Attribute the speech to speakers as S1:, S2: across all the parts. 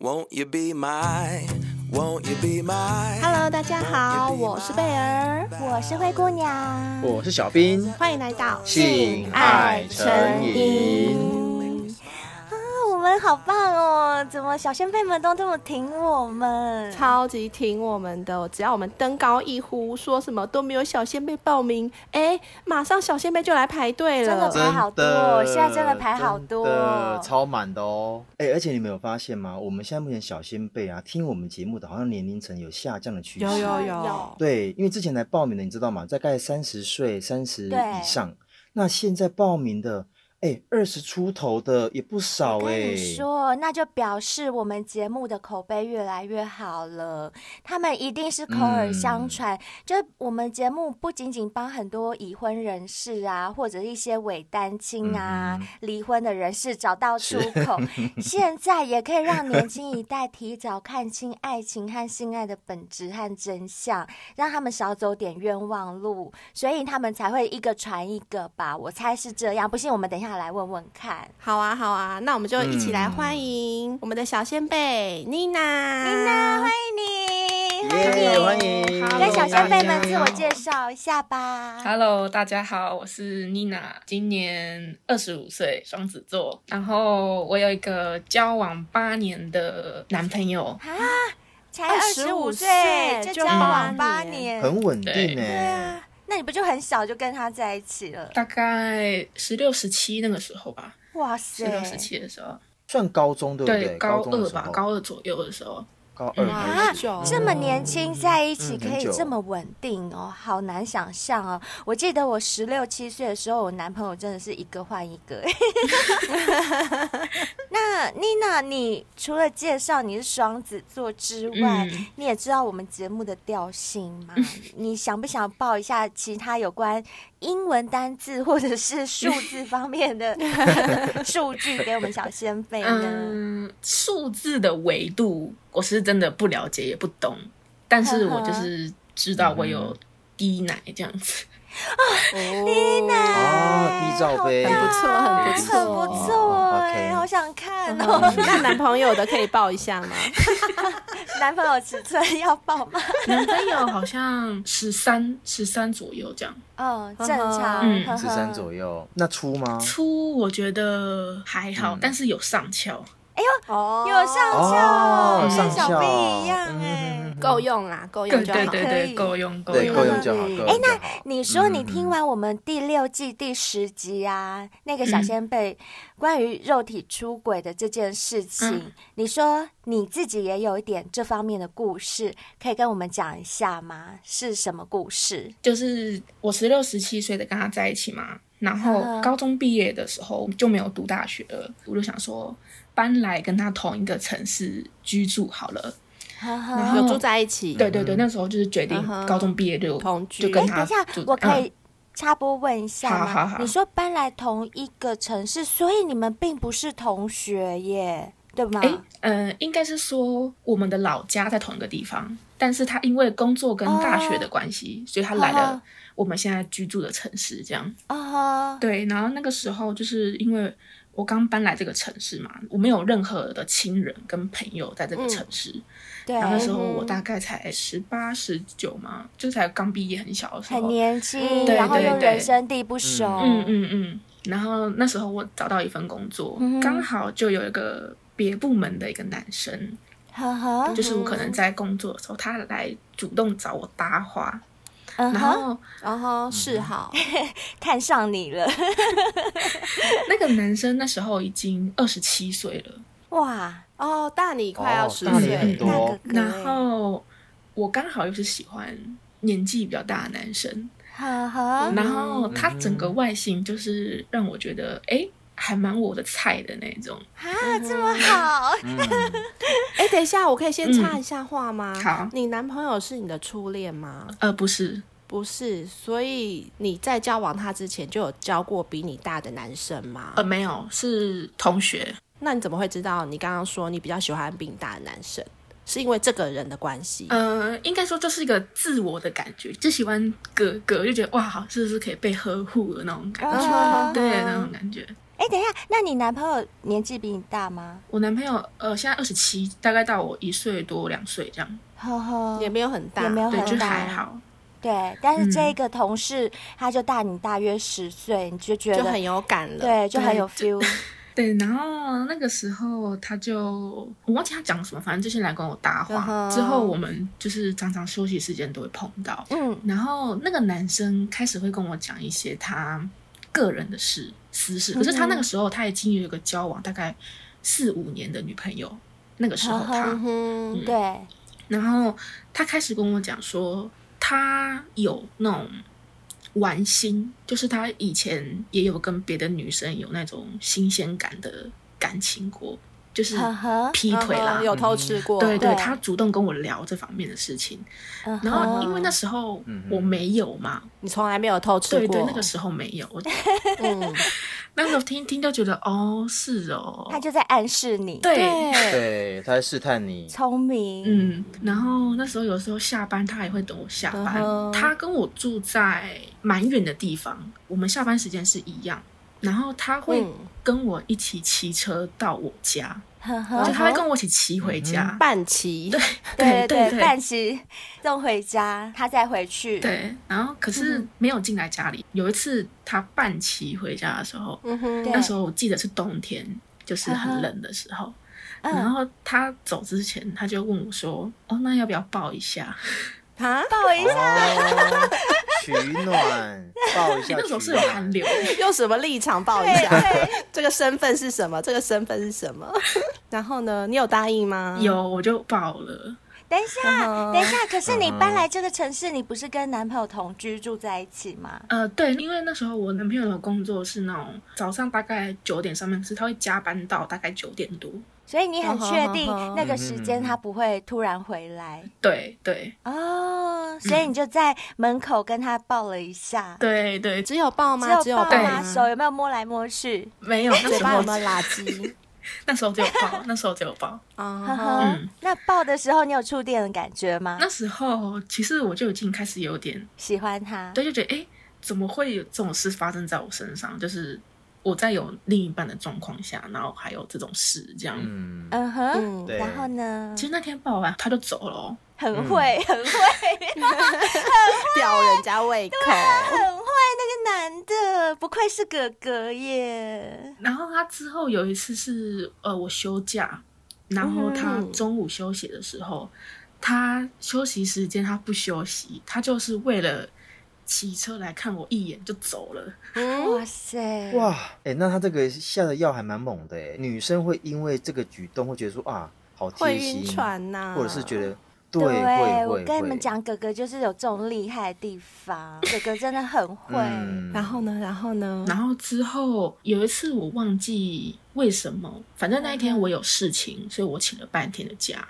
S1: Won't you be my? Won't you be my?
S2: Hello，大家好，我是贝儿，
S3: 我是灰姑娘，
S4: 我是小兵，
S2: 欢迎来到
S4: 性爱成瘾。
S3: 啊，我们好棒哦！怎么小先辈们都这么挺我们？
S2: 超级挺我们的，只要我们登高一呼，说什么都没有小仙贝报名，哎，马上小仙贝就来排队
S3: 真的
S2: 了。
S3: 排好多
S4: 真的
S3: 现在真的排好多
S4: 真的超满的哦。哎、而且你们有发现吗？我们现在目前小先辈啊，听我们节目的好像年龄层有下降的趋势。
S2: 有有有
S3: 有，
S4: 对，因为之前来报名的，你知道吗？大概三十岁、三十
S3: 对
S4: 以上。那现在报名的，哎，二十出头的也不少
S3: 我跟
S4: 哎、
S3: 你说，那就表示我们节目的口碑越来越好了。他们一定是口耳相传，就是我们节目不仅仅帮很多已婚人士啊，或者一些伪单亲啊、
S4: 嗯
S3: 离婚的人士找到出口，现在也可以让年轻一代提早看清爱情和性爱的本质和真相，让他们少走点冤枉路，所以他们才会一个传一个吧。我猜是这样，不信我们等一下来问问看。
S2: 好啊好啊，那我们就一起来
S4: 嗯
S2: 欢迎我们的小仙贝妮娜。妮
S3: 娜，欢迎你，
S4: 耶
S3: 欢
S4: 欢迎
S3: 迎，
S4: Hello，
S3: 跟小先辈
S4: 大
S3: 们
S4: 家
S3: 自我介绍一下吧。
S5: Hello，大家好，我是妮娜，今年二十五岁，双子座。然后我有一个交往八年的男朋友，
S3: 啊，才二十五岁
S2: 25
S3: 就
S2: 岁
S3: 交往
S2: 就
S3: 八
S2: 八
S3: 年
S2: 年，
S4: 很稳定
S5: 对
S4: 哎、
S3: 对啊，那你不就很小就跟他在一起了？
S5: 大概十六、十七那个时候吧，
S3: 哇
S5: 十
S3: 塞，
S5: 六、十七的时候，
S4: 算高中对不对？
S5: 高
S4: 中的
S5: 二
S4: 时
S5: 吧，
S4: 候，
S5: 高二左右的时候，
S4: 高二
S5: 嗯
S4: 开始
S2: 好久哦，嗯
S3: 这么年轻在一起
S4: 嗯
S3: 可
S4: 很
S3: 以
S4: 久
S3: 这么稳定哦，好难想象哦。我记得我十六七岁的时候，我男朋友真的是一个换一 个。那妮娜，你除了介绍你是双子座之外，
S5: 嗯
S3: 你也知道我们节目的调性 吗？你想不想报一下其他有关英文单字或者是数字方面 的数据给我们小先辈呢？
S5: 嗯，数字的维度我是真的不了解，也不懂，但是我
S3: 嗯
S5: 就是知道我
S4: 嗯
S5: 有低奶这样子。
S2: 妮娜
S4: 哦，低罩杯，
S2: 很不错很不
S3: 很不错哎、
S4: OK
S3: 好想看哦。
S2: 那男朋友的可以报一下吗？
S3: 男朋友尺寸要报吗？
S5: 男朋友好像 十三、十三左右这样。
S3: 嗯，正常，
S5: 嗯
S3: 呵呵
S4: 十三。左右，那粗吗？
S5: 粗我觉得还好，
S4: 嗯
S5: 但是有上翘。
S2: 哦
S3: 有上翘，啊
S4: 哦，
S3: 跟
S4: 上
S3: 小
S4: 校嗯
S3: B 一样哎。
S2: 够用啦，够用
S5: 对
S2: 就
S5: 对
S2: 好。
S5: 对
S3: 可以
S5: 对，够用够
S4: 对，够用
S5: 用。
S4: 就好，够用就好。
S3: 哎你说你听
S4: 嗯
S3: 完我们第六季第十集啊，那个小先辈关于肉体出轨的这件事情，
S5: 嗯
S3: 你说你自己也有一点这方面的故事，可以跟我们讲一下吗？是什么故事？
S5: 就是我十六十七岁的跟他在一起嘛，然
S3: 嗯
S5: 后高中毕业的时候就没有读大学了，我就想说搬来跟他同一个城市居住好了。
S3: 呵呵
S5: 然后
S2: 有住在一起。
S5: 对对对，那时候就是决定
S2: 哦嗯哼
S5: 高中毕业就
S2: 同居
S5: 就跟
S3: 哎，
S5: 他
S3: 等一下
S5: 住。，
S3: 我可
S5: 嗯
S3: 以插播问一下吗？
S5: 好好好
S3: 你说搬来同一个城市，所以你们并不是同学耶，对吗？
S5: 哎、呃，应该是说我们的老家在同一个地方，但是他因为工作跟大学的关系，所以他来
S3: 哦
S5: 了我们现在居住的城市。这样
S3: 啊哈，
S5: 对，然后那个时候就是因为我刚搬来这个城市嘛，我没有任何的亲人跟朋友在这个城市。
S3: 对，
S5: 然后那时候
S2: 嗯哼
S5: 我大概才十八十九嘛，就才刚毕业，很小的时
S3: 很
S5: 候。
S3: 年轻，
S2: 嗯对
S3: 然后又
S5: 对对
S3: 人生地不熟，
S5: 嗯嗯嗯。然后那时候我找到一份工作，
S3: 嗯哼
S5: 刚好就有一个别部门的一个男生，
S3: 呵呵，
S5: 就是我可能在工作的时候，他来主动找我搭话，
S3: 嗯
S5: 然
S3: 哼，
S5: 后
S2: 然后示哦好，
S3: 看上你了，
S5: 那个男生那时候已经二十七岁了，
S3: 哇，
S2: 哦，大你快要
S4: 哦
S2: 十
S4: 大你很
S2: 岁，
S3: 大哥
S4: 多
S3: 哥，
S5: 然后我刚好又是喜欢年纪比较大的男生，
S3: 呵呵，
S5: 然后他整个外形就是让我觉得，哎、还蛮我的菜的那种。
S3: 啊，这么好，
S4: 嗯，
S2: 哎，等一下，我可以先插一下话吗？
S5: 嗯好
S2: 你男朋友是你的初恋吗？
S5: 呃，不是，
S2: 不是，所以你在交往他之前就有交过比你大的男生吗？
S5: 呃，没有，是同学。
S2: 那你怎么会知道？你刚刚说你比较喜欢比你大的男生，是因为这个人的关系。
S5: 嗯、应该说这是一个自我的感觉，就喜欢哥哥，就觉得哇，好是不是可以被呵护的那种感觉？
S3: 啊
S5: 对，那种感觉。
S3: 哎，等一下，那你男朋友年纪比你大吗？
S5: 我男朋友呃，现在二十七，大概到我一岁多两岁这样，
S3: 呵呵，
S2: 也没有很大，
S3: 也没有
S5: 对，
S3: 很
S5: 就
S3: 哦大
S5: 还好。
S3: 对，但是这
S5: 嗯
S3: 个同事、他就大你大约十岁，你就觉
S2: 就
S3: 得
S2: 很有感了。
S3: 对，就很
S5: 对
S3: 有 feel。
S5: 对，然后那个时候他就我忘记他讲什么，反正就先来跟我搭
S3: 嗯
S5: 话。
S3: 哼
S5: 之后我们就是常常休息时间都会碰到，
S3: 嗯，
S5: 然后那个男生开始会跟我讲一些他个人的事、私事。可是他
S3: 嗯
S5: 那个时候他已经有一个交往大概四五年的女朋友，那个时候
S3: 嗯
S5: 他，
S2: 嗯哼，
S3: 对，
S5: 然后他开始跟我讲说，他有那种玩心，就是他以前也有跟别的女生有那种新鲜感的感情过，就是
S3: 呵呵，
S5: 劈腿
S2: 嗯
S5: 啦
S2: 哼。有偷吃过，
S5: 对对，
S3: 对
S5: 他主动跟我聊这方面的事情，
S3: 嗯
S5: 然后因为那
S3: 哼
S5: 时候
S4: 嗯哼
S5: 我没有嘛，
S2: 你从来没有偷吃
S5: 对
S2: 过。
S5: 对，那个时候没有，我
S2: 嗯，
S5: 那时候听一听就觉得哦，是哦，
S3: 他就在暗示你，
S5: 对。
S2: 对，
S4: 对，他在试探你，
S3: 聪明，
S5: 嗯，然后那时候有时候下班，他也会等我下班。
S2: 嗯哼
S5: 他跟我住在蛮远的地方，我们下班时间是一样。然后他会
S2: 嗯
S5: 跟我一起骑车到我家，
S3: 呵
S2: 嗯
S3: 呵，
S5: 就他会跟我一起骑回家。
S2: 半旗，
S3: 对
S5: 对
S3: 对，半旗送回家，他再回去，
S5: 对，然后可
S2: 嗯
S5: 是没有进来家里。有一次他半骑回家的时候，
S2: 嗯哼，
S3: 对
S5: 那时候我记得是冬天，就是很冷的时候。然
S3: 嗯，
S5: 后他走之前，他就问我说：“哦，那要不要抱一下？”
S2: 啊，
S3: 抱一下，
S4: 哦，取暖，抱一
S5: 你
S4: 下。
S5: 哎那时候是有寒流，
S2: 用什么立场报一
S3: 对
S2: 下？
S3: 对，
S2: 这个身份是什么？这个身份是什么？ 然后呢，你有答应吗？，
S5: 有我就爆了。
S3: 等一下，
S2: 嗯
S3: 等一下，可是你搬
S4: 嗯
S3: 来这个城市，你不是跟男朋友同居住在一起吗？
S5: 呃，对，因为那时候我男朋友的工作是那种早上大概九点上班，可是他会加班到大概九点多。
S3: 所以你很
S2: 嗯哼
S3: 确
S2: 哼
S3: 定
S2: 哼
S3: 那个时间
S4: 嗯哼
S3: 他不会突然回来
S5: 对对
S3: 哦，所以你就在门口跟他抱了一下，
S5: 对对，
S2: 只有报吗？
S3: 只
S2: 只
S3: 有
S2: 有
S3: 抱
S2: 报
S3: 吗？
S2: 吗？
S3: 手有没有摸来摸去？
S5: 没有那
S2: 嘴
S5: 时
S2: 巴有没
S5: 候
S2: 有垃 圾？
S5: 那时候只有爆，那时候只有爆。
S3: 呵
S2: 啊，
S3: 呵
S5: 嗯，
S3: 那抱的时候你有触电的感觉吗？
S5: 那时候其实我就已经开始有点，
S3: 喜欢他？
S5: 对，就觉得诶，怎么会有这种事发生在我身上？就是我在有另一半的状况下，然后还有这种事这样。
S4: 嗯，
S3: 嗯哼，
S2: 嗯，
S4: 对
S3: 然后呢
S5: 其？实那天爆完他就走了哦、
S3: 很会，很会，
S2: 吊人家胃口。
S3: 很 会，那个男的不愧是哥哥耶！
S5: 然后他之后有一次是呃我休假，然后他中午休息的时候，他休息时间他不休息，他就是为了骑车来看我一眼就走了。
S2: 嗯，
S3: 哇塞，
S4: 哇，哎、那他这个下的药还蛮猛的哎，女生会因为这个举动会觉得说啊，好
S2: 会
S4: 贴
S2: 晕
S4: 心，
S2: 船呐，
S4: 或者是觉得对会
S3: 啊对，
S4: 会
S3: 我跟你们
S4: 会，
S3: 讲，哥哥就是有这种厉害的地方， 哥哥真的很会。
S4: 嗯，
S2: 然后呢，然后呢，
S5: 然后之后有一次我忘记为什么，反正那一天我有事情，所以我请了半天的假。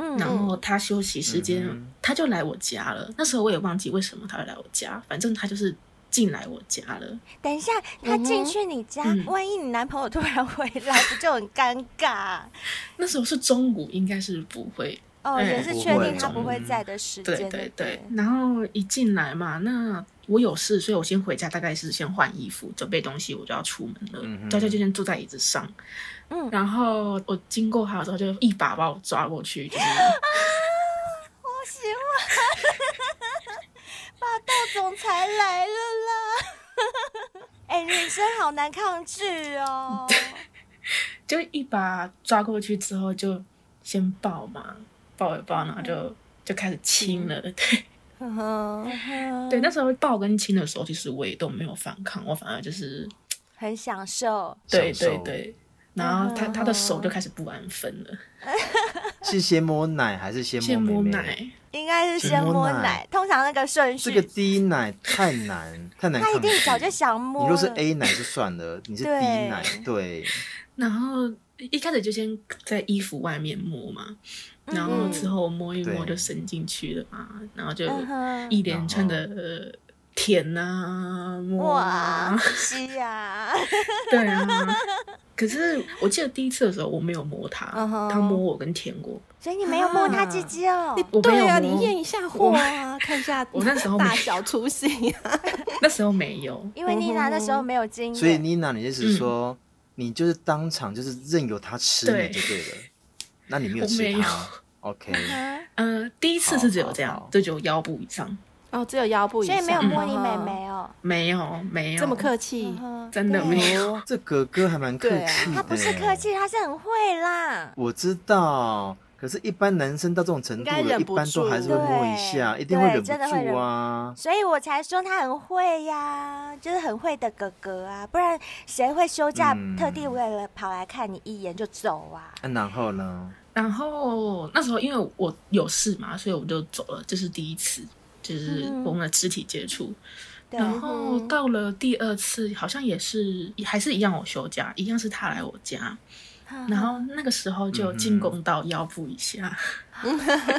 S3: 嗯
S5: 然后他休息时间、
S4: 嗯哼
S5: 他就来我家了，那时候我也忘记为什么他会来我家，反正他就是进来我家了。
S3: 等一下，他进去你家，
S5: 嗯
S3: 万一你男朋友突然回来，不就很尴尬？
S5: 那时候是中午，应该是不会
S3: 哦，
S5: 嗯
S3: 也是
S4: 不
S3: 确
S4: 会
S3: 定他
S4: 中
S3: 不会
S4: 午
S3: 在的时间。
S5: 对对
S3: 不
S5: 对，然后一进来嘛，那我有事，所以我先回家，大概是先换衣服，准备东西，我就要出门了。
S4: 嗯哼
S5: 对对，就先坐在椅子上，
S3: 嗯
S5: 然后我经过他的时候，就一把把我抓过去，就是
S3: 不喜欢， 霸道总裁来了啦！ 哎、女生好难抗拒哦。
S5: 就一把抓过去之后，就先抱嘛，抱一抱，然后就就开始嗯亲嗯了。对
S2: 呵呵，
S5: 对，那时候抱跟亲的时候，其实我也都没有反抗，我反而就是
S3: 很享受，
S5: 对
S4: 享
S5: 对
S4: 受
S5: 对，然后他
S3: 嗯
S5: 他的手就开始不安分了，
S4: 是先摸奶还是先
S5: 先
S4: 摸
S5: 摸
S4: 妹妹？
S5: 奶。
S3: 应该是
S4: 去
S3: 先
S4: 摸
S3: 摸
S4: 奶
S3: 奶，通常那个顺
S4: 这个
S3: 序，
S4: 低奶太难，太难
S3: 他一
S4: 抗拒
S3: 定。早就想摸
S4: 你
S3: 了。
S4: 若是 A 奶就算了，你是 D
S3: 对
S4: 奶，对，
S5: 然后一开始就先在衣服外面摸嘛，
S3: 嗯
S5: 然后之后摸一摸
S4: 对
S5: 就伸进去了嘛，然后就
S3: 嗯哼
S5: 一连串的呃舔啊、摸
S3: 哇
S4: 嗯
S5: 啊，，
S3: 吸呀、
S5: 对啊，可是我记得第一次的时候我没有摸它，
S3: 嗯哼
S5: 它摸我跟舔我，
S3: 所以你没有摸他
S4: 啊
S3: 鸡鸡哦。
S5: 我没有
S2: 对啊，
S5: 摸
S2: 你验一下货啊， 看一下
S5: 我那时候没
S2: 大小粗细啊。
S5: 那时候没有。
S3: 因为妮娜那时候没有经验，
S4: 所以妮娜，你意思是
S5: 嗯
S4: 说，你就是当场就是任由他吃
S5: 对
S4: 你就对了，那你没有
S5: 我没
S4: 吃
S5: 有
S4: 他，OK，
S3: 嗯
S5: 呃，第一次是只有这
S4: 好好
S5: 样
S4: 好，
S5: 这就腰部以上，
S2: 哦，只有腰部以
S3: 所
S2: 上，
S3: 以没有摸你妹
S2: 嗯，
S3: 妹哦。
S5: 没有没有
S2: 这么客气
S3: 嗯，哼
S5: 真的
S3: 对
S5: 没有。
S4: 这哥哥还蛮客
S2: 对啊
S4: 气的，
S3: 他不是客，气，他是很会啦。
S4: 我知道。可是，一般男生到这种程度
S2: 应该
S4: 了，
S2: 忍
S4: 一
S2: 不
S4: 般都还是会摸一下，
S3: 住
S4: 一定会
S3: 对
S4: 忍不
S3: 真的会忍
S4: 住啊。
S3: 所以我才说他很会呀，就是很会的哥哥啊，不然谁会休假
S4: 嗯
S3: 特地为了跑来看你一眼就走啊？
S4: 啊然后呢？
S5: 然后那时候因为我有事嘛，所以我就走了，这是第一次，就是
S3: 嗯
S5: 我们的肢体接触。
S3: 对，啊
S5: 然后
S2: 嗯
S5: 到了第二次，好像也是还是一样，我休假，一样是他来我家，然后那个时候
S4: 嗯
S5: 就有进攻到腰部以下，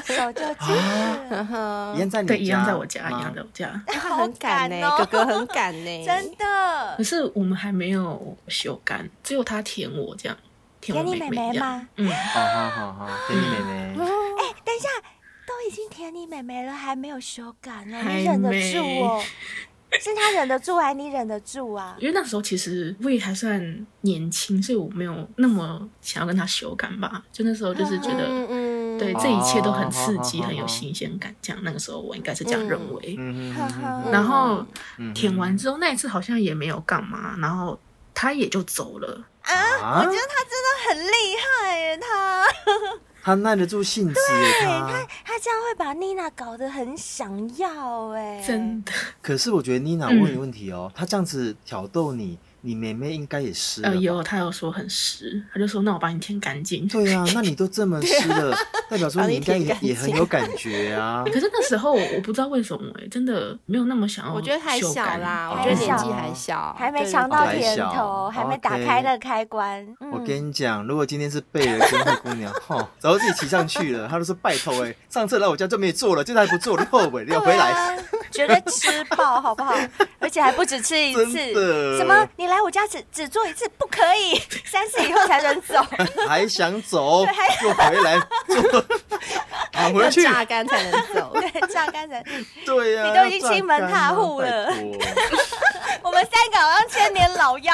S3: 手就进去了，
S2: 呵呵
S4: 一样在你家，
S5: 对，一样在我家，
S4: 吗
S5: 一样在我家。
S2: 他嗯很敢呢、
S3: 好敢
S2: 哥
S3: 哦
S2: 哥很敢欸呢、
S3: 真的
S5: 可。是我们还没有修干，只有他舔我这样，舔我
S3: 舔你
S5: 妹
S3: 妹妹
S5: 妹一样
S3: 吗。
S5: 嗯，
S4: 好哦好好好，甜甜妹嗯妹，
S3: 哎，等一下，都已经舔你妹妹了，还没有修改呢，
S5: 还
S3: 你忍得
S5: 没
S3: 住哦？是他忍得住，还是你忍得住啊？
S5: 因为那时候其实我也还算年轻，所以我没有那么想要跟他修干吧。就那时候就是觉得，
S2: 嗯嗯，
S5: 对，
S4: 哦
S5: 这一切都很刺激，
S4: 好好好
S5: 很有新鲜感。这样，那个时候我应该是这样认为。
S4: 嗯
S3: 呵
S4: 哼哼
S3: 呵
S4: 哼
S5: 然后
S4: 嗯
S5: 舔完之后，那一次好像也没有干嘛，然后他也就走了。
S4: 啊，
S3: 很厉害耶，他
S4: 他耐得住性子啊耶，他。
S3: 他这样会把妮娜搞得很想要哎，
S5: 真的，
S4: 可是我觉得妮娜
S5: 嗯
S4: 问你问题哦，她这样子挑逗你，你妹妹应该也湿了
S5: 呃，
S4: 吧？
S5: 有他有说很湿，他就说那我把你舔干净。
S4: 对啊，那你都这么 湿了，代表说你应该也
S3: 啊
S4: 也很有感觉啊。
S5: 可是那时候我不知道为什么、欸，真的没有那么想要。
S2: 我觉得还小啦，我
S5: 哦
S4: 还
S2: 觉得年纪
S3: 小
S2: 还小，
S3: 还没
S2: 对
S3: 尝到
S4: 对对
S3: 甜
S4: 还
S3: 头，
S4: 小
S3: 还没打开
S4: OK
S3: 那个开关。嗯
S4: 我跟你讲，如果今天是贝尔跟灰姑娘，吼，早就自己骑上去了。她都说拜托哎、上次来我家就没做了，这次还不做，你后悔你要回来。
S3: 对啊，觉得吃爆好不 好？而且还不止吃一
S4: 真
S3: 次，
S4: 的
S3: 什么？你来我家只只做一次不可以， 三次以后才能 走。
S4: 还想走，又回来做， 躺回
S2: 要
S4: 去。
S2: 榨干才能走。
S3: 对，榨干人，
S4: 对呀、
S3: 你
S4: 啊，
S3: 都已经亲门踏户了
S4: 拜托
S3: 我们三个好像千年老妖，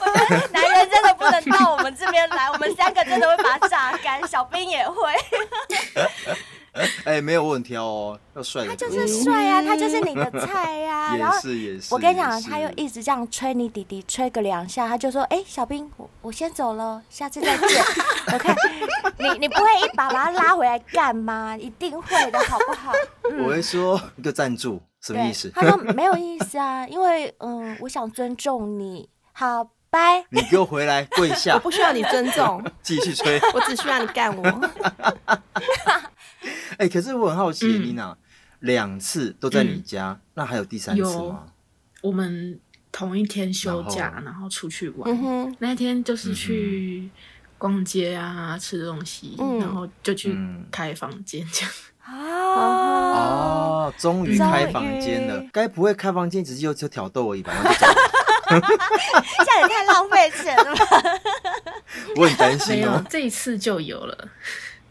S3: 我觉得男人真的不能到我们这边来，我们三个真的会把它榨干，小兵也会。
S4: 哎、没有我很挑哦，要帅的
S3: 他
S4: 哥
S3: 就
S4: 哥。
S3: 是帅呀、他就是你的菜呀、然后
S4: 也。是也是。
S3: 我跟你
S4: 也
S3: 讲，
S4: 是
S3: 他又一直这样吹你弟弟，吹个两下，他就说：“哎、小兵，我我先走了，下次再 见。”我看你，你不会一把把他拉回来干吗？一定会的，好不好？
S4: 我会说一个赞助，什么
S3: 对
S4: 意思，？
S3: 他说没有意思啊，因为嗯，我想尊重你。好，拜。
S4: 你给我回来跪
S2: 我
S4: 下，
S2: 不需要你尊重，
S4: 继续吹。
S2: 我只需要你干我。
S4: 哎、可是我很好奇，
S5: 嗯
S4: 妮娜、两次都在你家，那还有第三次吗？
S5: 我们同一天休假，
S4: 然
S5: 然后出去玩。
S2: 嗯哼，
S5: 那一天就是去逛街啊，吃东西，
S2: 嗯
S5: 然后就去
S4: 嗯
S5: 开房间这样。
S3: 啊，
S4: 哦，终于
S3: 终
S4: 开房间了
S3: 于，
S4: 该不会开房间只是就就挑逗而已吧？然后就走了
S3: 这样也太浪费钱 了吧？
S4: 我很担
S5: 没
S4: 心
S5: 有
S4: 哦，。
S5: 这一次就有了。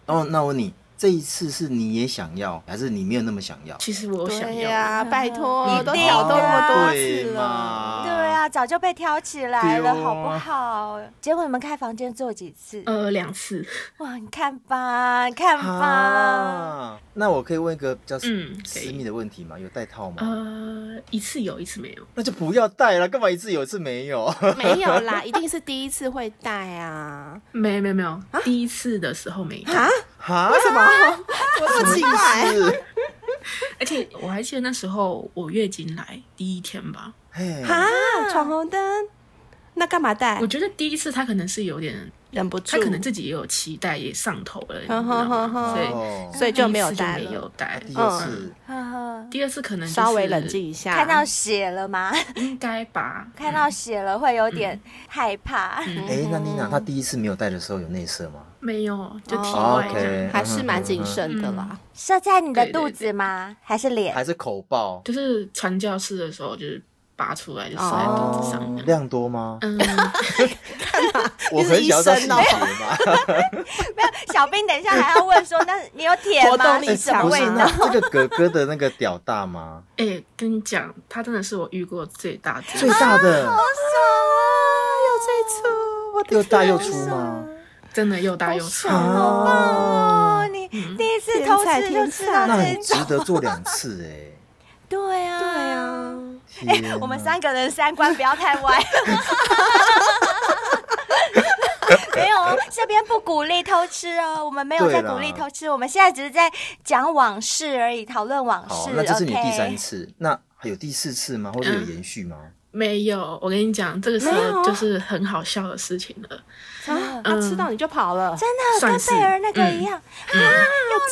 S4: 哦，那我问你，这一次是你也想要，还是你没有那么想要？哦
S5: 其实 我有想
S2: 对
S5: 要，
S2: 呀、拜托，
S5: 嗯
S2: 都挑逗那
S3: 啊
S2: 么多次
S4: 对
S2: 了，
S4: 嘛
S3: 对啊，早就被挑起来了，
S4: 对哦
S3: 好不好？结果你们开房间做几次？
S4: 嗯
S5: 呃，两次。
S3: 哇，你看吧，你看吧，
S4: 啊，那我可以问一个比较私
S5: 嗯可以
S4: 私密的问题吗？有戴套吗？
S5: 呃，一次有，一次没有。
S4: 那就不要戴了，干嘛一次有一次没有？
S2: 没有啦，一定是第一次会带 啊。
S5: 没没没有，第一次的时候没有。
S4: 哈？为什么？
S2: 我这么奇怪，
S4: 是，
S5: 而且我还记得那时候我月经来第一天吧，
S4: 嘿，
S2: 啊，闯红灯，那干嘛带
S5: 我？觉得第一次他可能是有点，
S2: 忍不住，
S5: 他可能自己也有期待，也上头了，你知道
S2: 哼哼哼
S5: 吗？所以
S4: 哦
S2: 所以就没有
S5: 第一次
S2: 带
S5: 就没有
S2: 了。
S5: 带。嗯
S4: 第二次，
S3: 呵呵，
S5: 第二次可能就是
S2: 稍微冷静一下，啊
S3: 看到血了吗？
S5: 应该吧。
S3: 看到血了会有点害怕。
S4: 哎、那妮娜她第一次没有戴的时候有内射吗？
S5: 没有，就体
S2: 哦
S5: 外这样
S4: OK
S2: 还是蛮谨慎的啦。
S3: 射在你的
S5: 对对
S3: 肚子吗？还是脸？
S4: 还是口爆？
S5: 就是传
S2: 哦
S5: 教士的时候，就是拔出来就塞在肚子上这样。
S4: 量多吗？
S5: 嗯，
S4: 我很想要到细节嘛。
S3: 没有， 小兵等一下还要问说，那你有哦铁
S2: 活
S3: 吗？
S2: 动
S3: 是
S2: 力
S3: 什么
S2: 强
S4: 不
S3: 味
S4: 是
S2: 啊
S3: 道？
S4: 那这个哥哥的那个屌大吗？
S5: 哎、跟你讲，他真的是我遇过最大最
S4: 最大的
S3: 啊
S2: 这出我
S4: 又大又粗吗？
S5: 真的又大又粗。
S4: 啊
S3: 哦，，你第一次偷吃就吃到
S4: 那
S3: 这
S4: 很值
S3: 种，
S4: 得做两次哎。
S3: 对啊，
S2: 对。啊，
S3: 哎、
S4: 天
S3: 我们
S4: 哪
S3: 三个人三观不要太 歪。没有哦，这边不鼓励偷吃哦，我们没有在
S4: 对啦
S3: 鼓励偷吃，我们现在只是在讲往事而已，讨论往
S4: 好
S3: 事。，
S4: 那这是你第
S3: OK
S4: 三次，那还有第四次吗？或者有
S5: 嗯
S4: 延续吗？
S5: 没有，我跟你讲，这个时
S2: 没有
S5: 候就是很好笑的事情了。嗯
S2: 啊，他吃到你就跑了，
S3: 真的跟
S5: 算是
S3: 贝尔那个一样，
S4: 嗯
S3: 啊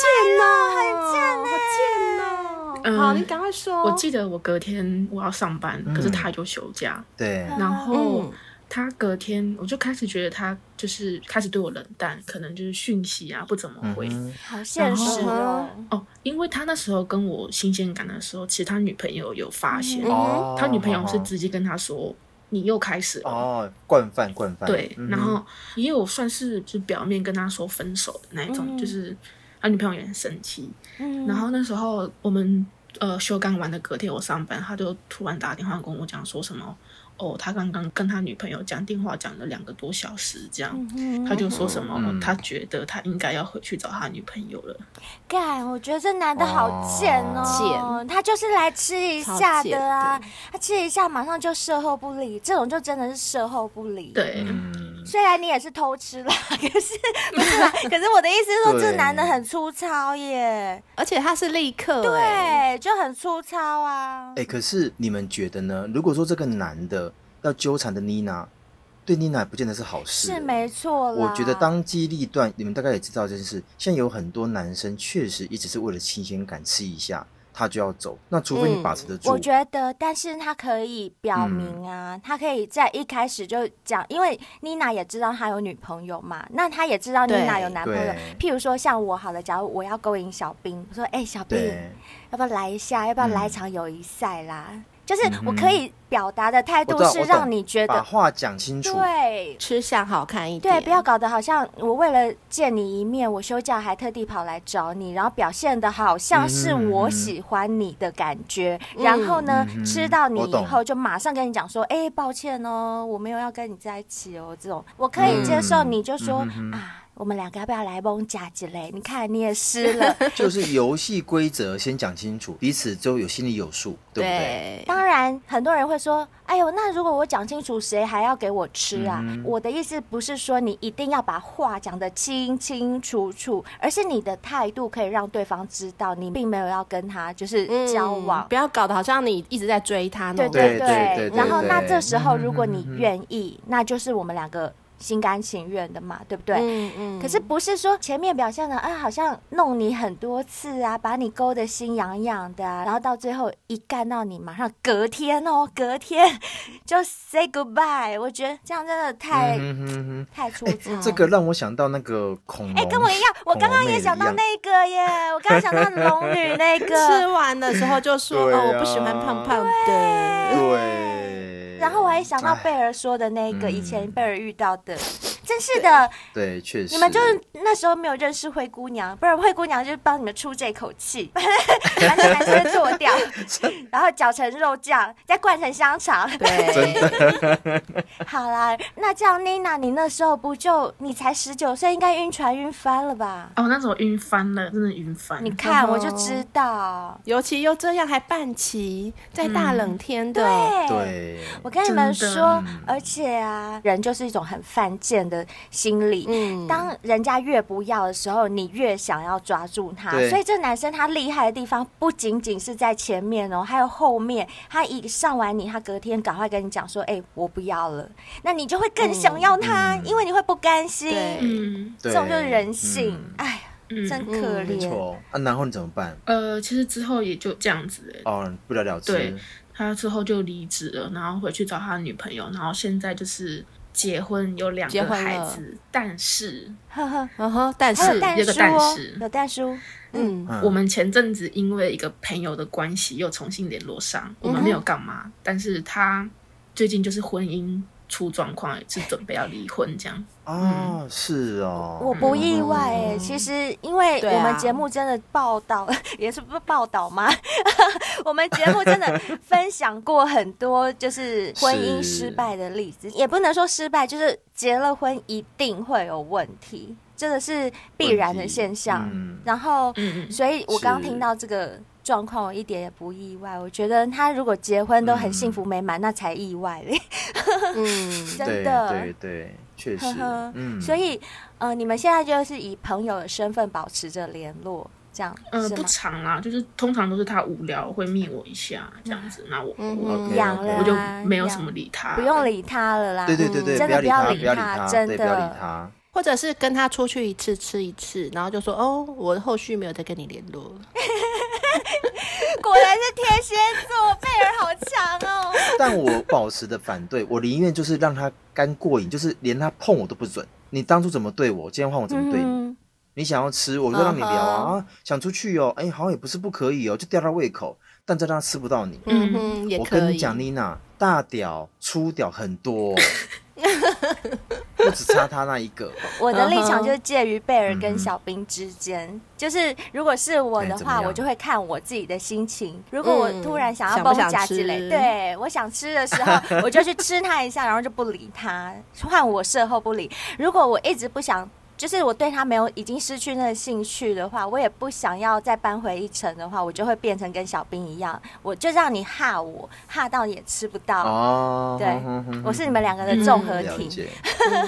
S2: 贱哦，很贱，好贱哦。
S5: 嗯
S2: 好，你赶快说。
S5: 我记得我隔天我要上班，
S4: 嗯
S5: 可是他就休假，
S4: 对，
S5: 然后
S2: 嗯
S5: 他隔天我就开始觉得他就是开始对我冷淡，可能就是讯息啊不怎么
S4: 嗯
S5: 回。
S4: 哼，
S3: 好现实哦。
S5: 哦，因为他那时候跟我新鲜感的时候，其实他女朋友有发现，
S2: 嗯
S4: 哦，
S5: 他女朋友是
S4: 好好
S5: 直接跟他说：“你又开始了。
S4: 哦，惯犯惯犯，
S5: 对，
S4: 嗯
S5: 然后也有算是就表面跟他说分手的那一种，
S3: 嗯
S5: 就是他女朋友也很生气。
S3: 嗯
S5: 然后那时候我们呃休干完的隔天我上班，他就突然打电话跟我讲说什么哦，他刚刚跟他女朋友讲电话讲了两个多小时这样。
S3: 嗯
S5: 他就说什么、
S4: 嗯
S5: 他觉得他应该要回去找他女朋友了。
S3: 干，我觉得这男的好贱哦，
S2: 哦
S3: 他就是来吃一下的啊
S2: 超贱，
S3: 他吃一下马上就事后不理，这种就真的是事后不理。，
S5: 对，
S4: 嗯，
S3: 虽然你也是偷吃啦， 可是不是啦，可是我的意思是说，
S4: 对
S3: 这男的很粗糙耶，
S2: 而且他是立刻、欸，
S3: 对，就很粗糙啊。
S4: 哎，可是你们觉得呢？如果说这个男的要纠缠的妮娜，对妮娜也不见得是好事，欸
S3: 是没错啦，
S4: 我觉得当机立断，你们大概也知道这件事。现在有很多男生确实一直是为了新鲜感吃一下，他就要走。那除非你把持得
S3: 嗯
S4: 住，
S3: 我觉得，但是他可以表明啊，
S4: 嗯
S3: 他可以在一开始就讲，因为妮娜也知道他有女朋友嘛，那他也知道妮娜
S2: 对
S3: 有男朋友。
S4: 对
S3: 譬如说像我好了，假如我要勾引小兵，我说：“哎、小兵，
S4: 对，
S3: 要不要来一下？要不要
S4: 嗯
S3: 来一场友谊赛啦？”就是我
S4: 嗯哼
S3: 可以表达的态
S4: 我
S3: 度
S4: 知道
S3: 是
S4: 我懂
S3: 让你觉
S4: 把
S3: 得
S4: 话讲清楚。
S3: 对。
S2: 吃相好看一点，
S3: 对，不要搞得好像我为了见你一面，我休假还特地跑来找你，然后表现的好像是我喜欢你的感觉，
S2: 嗯
S3: 然后呢，
S4: 嗯
S3: 吃到你
S4: 我
S3: 以
S4: 懂
S3: 后就马上跟你讲说，哎、抱歉哦，我没有要跟你在一起哦，这种我可以接受，
S4: 嗯
S3: 你就说、
S4: 嗯哼
S3: 啊。我们两个要不要来蒙甲之类？你看你也湿了。
S4: 就是游戏规则先讲清楚，彼此都有心里有数，对不对？
S2: 对，
S3: 当然，很多人会说：“哎呦，那如果我讲清楚，谁还要给我吃啊？”
S4: 嗯
S3: 我的意思不是说你一定要把话讲得清清楚楚，而是你的态度可以让对方知道你并没有要跟他就是
S2: 嗯
S3: 交往。
S2: 不要搞得好像你一直在追他
S3: 对
S2: 那种
S3: 对。
S4: 对对对
S3: 然后，
S4: 对
S3: 那这时候
S4: 嗯
S3: 如果你
S4: 嗯嗯
S3: 愿意，那就是我们两个心甘情愿的嘛，对不对？
S2: 嗯嗯
S3: 可是不是说前面表现的啊，好像弄你很多次啊，把你勾得心痒痒的、啊，然后到最后一干到你，马上隔天哦， 隔天就 say goodbye。我觉得这样真的太、
S4: 嗯哼哼哼
S3: 太粗糙。
S4: 这个让我想到那个恐龙，
S3: 哎、跟我一样，我刚刚也想到
S4: 恐龙妹
S3: 那个耶，我刚刚想到龙女那
S2: 吃
S3: 个，
S2: 完的时候 就说、
S4: 对啊
S2: 哦，我不喜欢胖胖的，
S4: 对，
S3: 然后我还想到贝
S4: 哎
S3: 尔说的那个，
S4: 嗯
S3: 以前贝尔遇到的，真是的，
S4: 对，确实
S3: 你们就是那时候没有认识灰姑娘，不然灰姑娘就是帮你们出这口气， 把这男生剁掉，然后搅成肉酱，再灌成香肠。
S2: 对，
S3: 好啦，那这样妮娜，你那时候不就你才十九岁，应该晕船晕翻了吧？
S5: 哦，那时候晕翻了，真的晕翻。
S3: 你看，
S2: 嗯
S3: 我就知道。
S2: 尤其又这样还半旗，在大冷天的，
S3: 对。
S4: 对，
S3: 我跟你们
S5: 真的
S3: 说
S4: 嗯，
S3: 而且啊，人就是一种很犯贱的心理。
S2: 嗯
S3: 当人家越不要的时候，你越想要抓住他。
S4: 对
S3: 所以这男生他厉害的地方不仅仅是在前面哦，还有后面。他一上完你，他隔天赶快跟你讲说：“哎、我不要了。”那你就会更想要他，
S4: 嗯
S3: 因为你会不甘心。
S2: 对
S5: 嗯
S3: 这
S4: 对
S3: 种就是人性
S4: 嗯。
S3: 哎、
S5: 嗯，
S3: 真可
S2: 嗯
S4: 没
S3: 怜。
S4: 错啊。然后你怎么办？
S5: 呃，其实之后也就这样子、欸。
S4: 哦，不了了之。
S5: 对他之后就离职了，然后回去找他女朋友，然后现在就是结婚，有两
S2: 结
S5: 个
S2: 婚了
S5: 孩子，但是
S3: 呵呵，
S2: 嗯哼，但
S3: 还
S2: 是
S3: 有蛋
S5: 有个
S3: 叔
S5: 蛋
S3: 哦
S5: 是，
S3: 有蛋叔。
S2: 嗯，
S4: 嗯
S5: 我们前阵子因为一个朋友的关系又重新联络上，我
S2: 嗯
S5: 们
S2: 哼
S5: 没有干嘛，但是他最近就是婚姻出状况，是准备要离婚这样。嗯
S4: 啊，是哦，
S3: 我不意外
S4: 嗯
S3: 哎、其实因为
S2: 对
S3: 我们
S2: 啊
S3: 节目真的报道， 也是不报道吗？ 我们节目真的分享过很多就是婚姻失败的例子，也不能说失败，就是结了婚一定会有问题，这个是必然的现象。
S4: 嗯
S3: 然后，
S5: 嗯嗯
S3: 所以我刚
S4: 是
S3: 听到这个。状况我一点也不意外，我觉得他如果结婚都很幸福美满，那才意外嘞，
S2: 嗯，
S3: 真
S4: 对
S3: 的。
S4: 对对，确实
S3: 呵呵，
S4: 嗯，
S3: 所以，呃，你们现在就是以朋友的身份保持着联络，这样
S4: 嗯
S5: 呃，
S3: 是
S5: 不
S3: 吗？
S5: 长啦，就是通常都是他无聊会密我一下这样子，那我
S2: 嗯
S5: 我
S4: 嗯
S3: 养了啊，
S5: 我就没有什么
S3: 养，
S5: 理他，
S3: 不用理他了啦。嗯
S4: 对对对对，
S3: 真
S4: 不
S3: 的
S4: 要
S3: 不理
S4: 理他，不要理
S3: 他，
S4: 他，
S3: 真
S4: 对，不要理
S3: 的。
S4: 他。
S2: 或者是跟他出去一次吃一次，然后就说哦，我后续没有再跟你联络了。
S3: 果然是天蝎座，贝尔好强哦。
S4: 但我保持的反对，我宁愿就是让他干过瘾，就是连他碰我都不准。你当初怎么对我，今天换我怎么对你？
S3: 嗯
S4: 你想要吃，我就让你聊啊啊，想出去哦，哎，好像也不是不可以哦，就吊他胃口，但再让他吃不到你。
S2: 嗯
S5: 嗯
S2: 哼，也
S4: 我
S2: 可以。
S4: 跟
S3: 嗯
S4: 你讲，妮娜，大屌、粗屌很多、哦，我只差他那一 个。
S3: 我的立场
S2: 嗯哼
S3: 就是介于贝尔跟
S4: 嗯
S3: 小兵之间，就是如果是我
S4: 哎
S3: 的
S4: 怎么
S3: 话，
S4: 样
S3: 我就会看我自己的心情。如果我
S2: 嗯
S3: 突然想要
S2: 想不
S3: 崩
S2: 想
S3: 甲之类，
S2: 吃
S3: 对我想吃的时候，我就去吃他一下，然后就不理他，换我事后不理。如果我一直不想。就是我对他没有已经失去那个兴趣的话，我也不想要再扳回一城的话，我就会变成跟小兵一样，我就让你吓我，吓到也吃不到。
S4: 哦，
S3: 对
S4: 哼哼哼
S3: 我是你们两个的
S5: 嗯
S3: 综合
S4: 了
S3: 体。
S4: 解，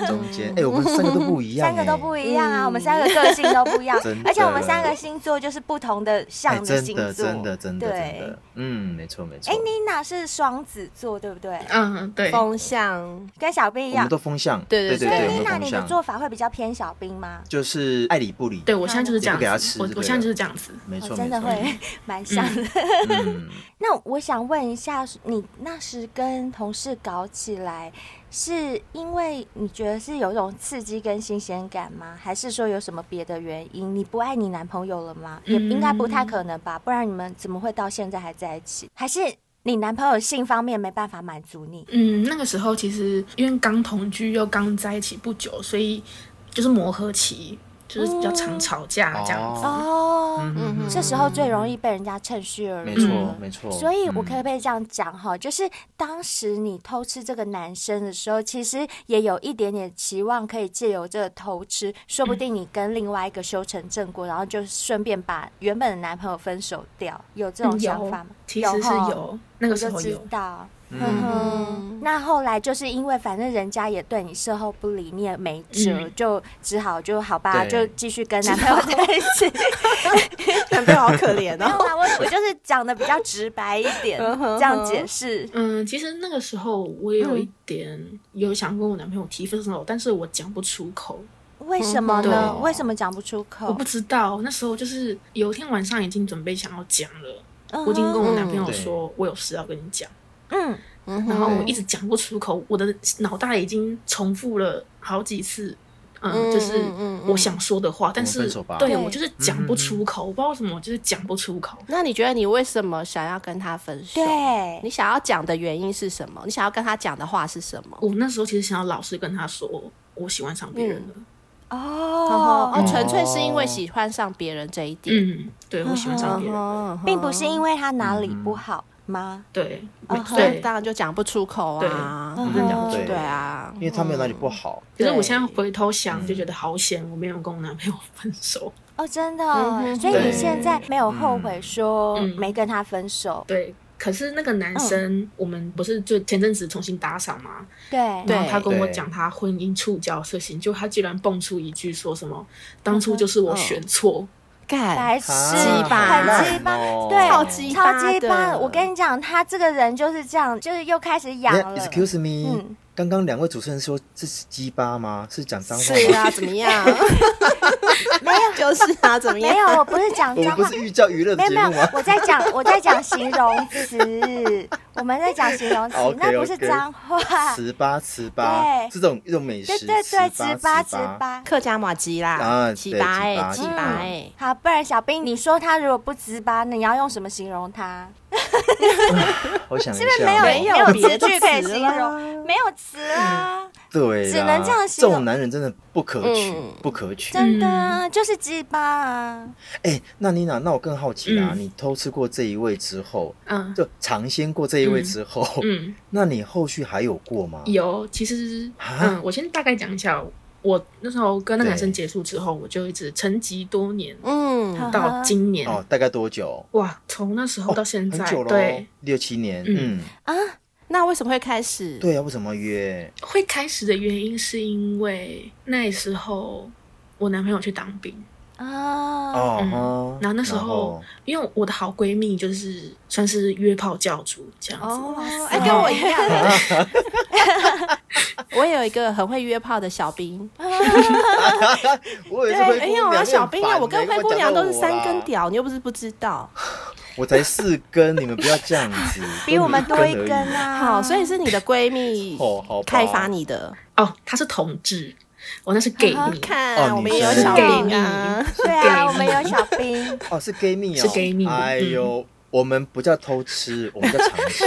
S4: 中间，哎，我们三个都不一 样，欸
S3: 三个都不
S4: 样，
S3: 一样啊，
S2: 嗯
S3: 我们三个个性都不一 样
S4: 真，的
S3: 而且我们三个星座就是不同的
S4: 哎
S3: 上
S4: 真
S3: 星
S4: 的，
S3: 座，
S4: 真的，真的，真
S3: 对
S4: 的。，嗯，没错，没错。
S3: 哎，妮娜是双子座，对不对？
S5: 嗯，对，
S2: 风向，
S3: 跟小兵一
S4: 啊我
S3: 样
S4: 们都，风向，
S2: 对对
S3: 所
S4: 对
S3: 以
S4: 对，我
S3: 妮
S4: 们
S3: 娜
S4: 都风
S3: 你的
S4: 向，
S3: 做法会比较偏小兵吗？
S4: 就是爱理不理。
S5: 对，我现在就是这
S4: 也不给他
S5: 样
S4: 吃
S5: 子，我
S4: 就对
S5: 我现在
S4: 了
S5: 就是这样子，
S4: 没
S3: 我
S4: 错，
S3: 哦真的
S4: 没错
S3: 会蛮像的。
S4: 嗯，
S3: 那我想问一下，你那时跟同事搞起来，是因为你觉得是有一种刺激跟新鲜感吗？还是说有什么别的原因？你不爱你男朋友了吗？也应该不太可能吧，不然你们怎么会到现在还在一起？还是你男朋友性方面没办法满足你？
S5: 嗯，那个时候其实因为刚同居又刚在一起不久，所以就是磨合期，就是比较常吵架这样子。
S4: 哦
S3: 哦，
S4: 嗯
S2: 嗯
S3: 这时候最容易被人家趁虚而入。
S4: 没错，没错。
S3: 所以我
S4: 嗯
S3: 可不可以这样讲哈？就是当时你偷吃这个男生的时候，其实也有一点点期望，可以借由这个偷吃，说不定你跟另外一个修成正果，然后就顺便把原本的男朋友分手掉，有这种想法吗？
S5: 嗯其实是
S3: 哈，
S5: 有，那
S3: 我
S5: 个时
S3: 就
S5: 候
S3: 知
S5: 有，
S3: 道。
S4: 嗯
S3: 哼 哼，那后来就是因为反正人家也对你事后不理，你也没辙，
S5: 嗯
S3: 就只好就好吧，就
S4: 对
S3: 继续跟男朋友在一起。
S2: 男朋友好可怜
S3: 没有
S2: 哦。
S3: 啦，我我就是讲的比较直白一点，
S2: 嗯哼
S3: 这样解释。
S5: 嗯，其实那个时候我也有
S3: 嗯
S5: 一点有想跟我男朋友提分手，但是我讲不出口，
S3: 为什么呢？
S4: 对
S3: 为什么讲不出口？
S5: 我不知道。那时候就是有一天晚上已经准备想要讲了，
S3: 嗯哼
S5: 我已经跟我男
S4: 嗯
S5: 朋友
S4: 对
S5: 说我有事要跟你讲，
S3: 嗯
S2: 嗯
S5: 然后
S2: 哼，
S5: 我一直讲不出口，我的脑袋已经重复了好几次，嗯，
S2: 嗯
S5: 就是
S2: 嗯嗯嗯
S5: 我想说的话，但
S4: 我们
S5: 是
S4: 分手吧嗯
S5: 对
S3: 对
S5: 我就是讲不出口，我不知道为什么，我就是讲不出口。
S2: 那你觉得你为什么想要跟他分手？
S3: 对
S2: 你想要讲的原因是什么？你想要跟他讲的话是什么？
S5: 我那时候其实想要老实跟他说，我喜欢上别人了，
S3: 哦
S2: 哦，哦，
S4: 嗯
S2: 纯粹是因为喜欢上别人这一点，
S5: 嗯对我喜欢上别人了，
S2: 嗯哼
S3: 并不是因为他哪里不好吗？
S5: 对，
S3: 嗯哼
S2: 所以
S5: 对。
S2: 当然就讲不出口啊，
S5: 对
S2: 嗯
S5: 我真的讲
S3: 不出口
S2: 对啊，
S4: 因为他没有哪里不好，
S5: 可是
S3: 对
S5: 我现在回头想，就觉得好险，我没有跟我男朋友分手。
S3: 哦，真的
S2: 嗯
S3: 哦，
S2: 哼
S3: 所以你
S4: 对
S3: 现在没有后悔说
S5: 嗯
S3: 没跟他分手？
S5: 对，可是那个男生，我们不是就前阵子重新打赏吗？
S3: 对
S2: 对
S5: 然后他跟我
S4: 对
S5: 讲他婚姻触礁的事情，就他居然蹦出一句说什么“当初就是我选错
S2: 干
S3: 白痴，
S4: 啊
S2: 巴
S4: 好烂
S3: 很鸡巴，
S4: 哦
S3: 对，
S2: 超鸡
S3: 超鸡
S2: 巴
S3: 巴。
S2: 的
S3: 我跟你讲，他这个人就是这样，就是又开始养
S4: 等一
S3: 了
S4: 下。Excuse
S3: 嗯
S4: me，刚刚两位主持人说这是鸡巴吗？是讲脏话
S2: 是
S4: 吗？
S2: 啊，怎么样？ 没有，就是啊，怎么
S3: 没
S2: 样？
S3: 有，我不是讲
S4: 我
S3: 脏
S4: 们不
S3: 话
S4: 是。寓教于乐
S3: 没有
S4: 的节
S3: 没有
S4: 目 吗，？
S3: 我在讲 我在讲形容词，我们在讲形 容词，那
S4: OK，OK
S3: 不是脏话。
S4: 糍粑，糍粑，
S3: 对
S4: 这种一种美
S3: 对
S4: 食，
S3: 对对，
S4: 糍
S3: 糍
S4: 粑，
S3: 粑
S4: 糍
S3: 糍
S4: 粑，
S3: 粑。
S2: 客家马鸡啦，
S4: 啊
S2: 鸡
S4: 对
S2: 巴哎，
S4: 鸡
S2: 鸡
S3: 嗯
S4: 巴
S2: 巴哎，
S3: 好，不然小兵，你说他如果不值班，你要用什么形容他？
S4: 我想一
S3: 是不是
S4: 下，哦
S3: 没有
S2: 没有
S3: 有
S2: 别
S3: 词句
S2: 的
S3: 可以
S2: 词嗯
S3: 形
S2: 啦
S3: 容？没有词啊，
S4: 对啦，
S3: 只能这样
S4: 这
S3: 形容
S4: 种男人真的不可取，
S2: 嗯
S4: 不可取。
S3: 真的啊，就是鸡巴啊，
S4: 哎、那妮娜，那我更好奇啦、
S5: 嗯
S4: 你偷吃过这一位之后，
S5: 嗯
S4: 就尝鲜过这一位之后，
S5: 嗯，
S4: 那你后续还有过吗？
S5: 有，其实
S4: 啊
S5: 嗯，我先大概讲一下，我那时候跟那个男生
S4: 对
S5: 结束之后，我就一直沉寂多年，
S2: 嗯，
S5: 到今年
S4: 哦，大概多久？
S5: 哇，从那时候到现在
S4: 很，久了，
S5: 对，，
S4: 六七年。嗯，
S5: 嗯
S3: 啊，
S2: 那为什么会开始？
S4: 对啊，为什么约？
S5: 会开始的原因是因为那时候我男朋友去当兵，
S3: 啊，
S4: 哦
S5: 嗯
S4: 哈，
S5: 然后那时候
S4: 后
S5: 因为我的好闺蜜就是算是约炮教主这样子，
S2: 哦
S3: 哇塞，
S2: 哎，跟我一样， 我有一个很会约炮的小兵，
S4: 我以为是灰姑
S2: 对，没哎
S5: 哎
S2: 有
S4: 娘
S2: 啊，
S4: 你
S2: 小
S4: 很
S2: 兵啊，
S4: 烦
S2: 我跟
S4: 欸
S2: 灰
S4: 干嘛
S2: 姑
S4: 讲
S2: 娘都
S4: 到
S2: 是
S4: 我
S2: 三
S4: 啦
S2: 根，屌，你又不是不知道。
S4: 我才四根，你们不要这样 子，
S3: 比我们多一
S4: 都
S3: 根
S4: 你而已。
S3: 啊，
S2: 好，所以是你的闺 蜜
S4: 哦好吧
S2: 开发你的，
S5: 哦，他是同志，我那是 gay
S3: 啊
S5: 蜜，
S2: 看
S4: 哦
S2: 我们
S4: 你
S2: 也有
S4: 是
S2: 小
S5: gay
S2: 兵啊，
S3: 对啊，我们有小 兵，
S4: 哦，是 gay 蜜哦，
S5: 是 gay 蜜嗯
S4: 哎呦，我们不叫偷吃，我们叫尝试。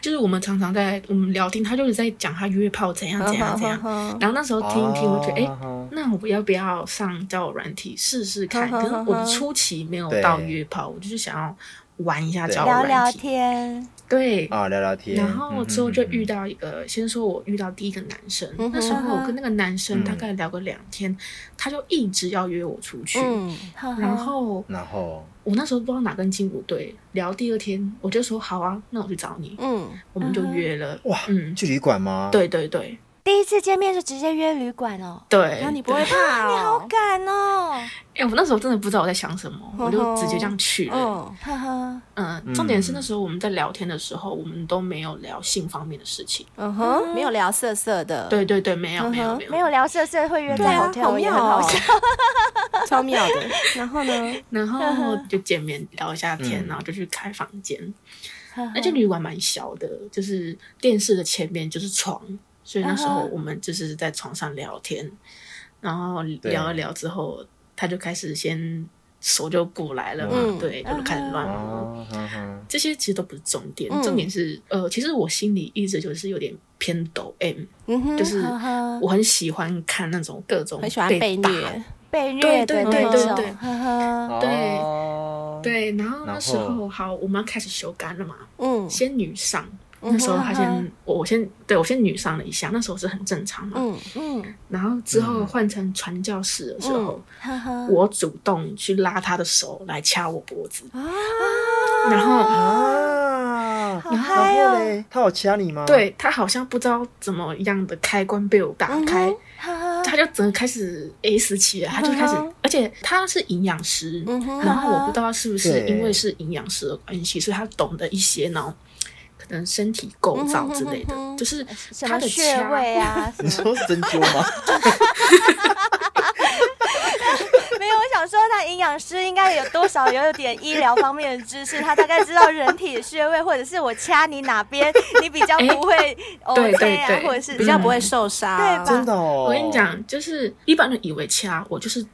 S5: 就是我们常常在我们聊天，他就是在讲他约炮怎样怎样怎样，
S3: 嗯
S2: 样，
S5: 然后那时候听一 听，我觉得哎。
S4: 啊哈
S5: 那我要不要上交友软体试
S3: 嗯
S5: 试看？
S2: 哼哼
S5: 可是
S2: 哼
S5: 我的初期没有
S4: 对
S5: 到约炮，我就是想要玩一下
S4: 对
S5: 交友
S3: 聊聊
S5: 软体。
S3: 天，
S5: 对，
S4: 啊，聊聊天。嗯
S5: 哎然后之后就遇
S4: 到。
S5: 到一个，先说我遇到第一个男生，
S2: 嗯哼
S5: 那时候我跟那个男生
S4: 嗯
S5: 大概聊个两天，他就一直要约我出去。
S2: 嗯，
S5: 然后
S4: 然后
S5: 我那时候不知道哪根筋不对，聊第二天我就说好啊，那我去找你，
S2: 嗯，
S5: 我们就约了。
S4: 哇，
S5: 嗯，
S4: 去旅馆吗？，
S5: 对对对
S3: 第一次见面就直接约旅馆哦，
S5: 对。
S2: 那你不
S5: 对
S2: 会怕
S3: 你好
S2: 哦？
S3: 敢哦，
S5: 哎、我那时候真的不知道我在想什么，我就直接这样去了。
S2: 嗯，
S3: 哦呵呵，
S5: 嗯，重点是
S4: 嗯
S5: 那时候我们在聊天的时候，我们都没有聊性方面的事情。
S2: 嗯哼，没有聊色色的，
S5: 对对对，没有没有
S2: 嗯嗯哼
S5: 没有
S3: 没有聊色色会约
S2: 对
S3: 在
S2: 啊，
S3: hotel 也
S2: 妙
S3: 很好
S2: 哦
S3: 笑，，
S2: 超妙的。然后呢？
S5: 然
S2: 嗯
S5: 后就见面聊一下天，
S4: 嗯
S5: 然后就去开房间。
S3: 呵呵
S5: 那间旅馆蛮小的，
S2: 嗯
S5: 就是电视的前面就是床，所以那时候
S3: 嗯哼
S5: 我们就是在床上聊天，然后聊一聊之后，他就开始先手就过来了嘛，
S2: 嗯
S5: 对，就开始乱摸。
S4: 啊，哈哈
S5: 这些其实都不是重点，
S2: 嗯
S5: 重点是呃，其实我心里一直就是有点偏抖 M，
S2: 嗯哼，
S5: 就是
S3: 呵呵
S5: 我很喜欢看那种各种
S2: 很喜欢被
S5: 被打
S2: 虐，
S3: 被虐的
S5: 对
S2: 对
S3: 那
S2: 对
S3: 种
S5: 对，
S3: 呵呵，
S5: 对
S4: 哦
S5: 对，然后那
S4: 然
S5: 时候
S4: 后
S5: 好，我们要开始修干了嘛，
S2: 嗯
S5: 仙女上。
S2: 嗯
S5: 那时候
S3: 哼
S5: 他
S3: 哼
S5: 先，我我先对我先女上了一下，那时候是很正常嘛。
S2: 嗯
S3: 嗯，
S5: 然后之后
S4: 嗯
S5: 换成传教士的时候，
S3: 呵
S2: 嗯
S3: 呵，
S5: 我主动去拉他的手来掐我脖子，
S2: 啊，
S5: 然后
S4: 啊，
S3: 好
S5: 然后
S3: 嗨
S4: 然后
S3: 哦，
S4: 嘞，他有掐你吗？，
S5: 对他好像不知道怎么样的开关被我打开，
S3: 呵呵，
S5: 他就整个开始 S 起来，他就开始，
S2: 嗯嗯哼
S5: 而且他是营养师，
S2: 嗯哼
S5: 然后我不知道是不是
S4: 对
S5: 因为是营养师的关系，所以他懂得一些呢，然后可能身体构造之类的，
S2: 嗯哼嗯哼
S5: 就是
S3: 什
S5: 他
S3: 么
S5: 的
S3: 穴
S5: 掐
S3: 位啊， 什
S4: 你
S3: 么
S4: 说是针灸吗？
S3: 没有，我想说，他营养师应该有多少有有点医疗方面的知识，他大概知道人体的穴位，或者是我掐你哪边，你比较不会
S5: 哎对
S3: OK 啊，
S5: 对
S3: 或者是
S2: 比较
S5: 嗯
S2: 不会受伤，
S3: 对吧
S4: 真的哦，
S5: 我跟你，讲，就是一般人以为掐我就是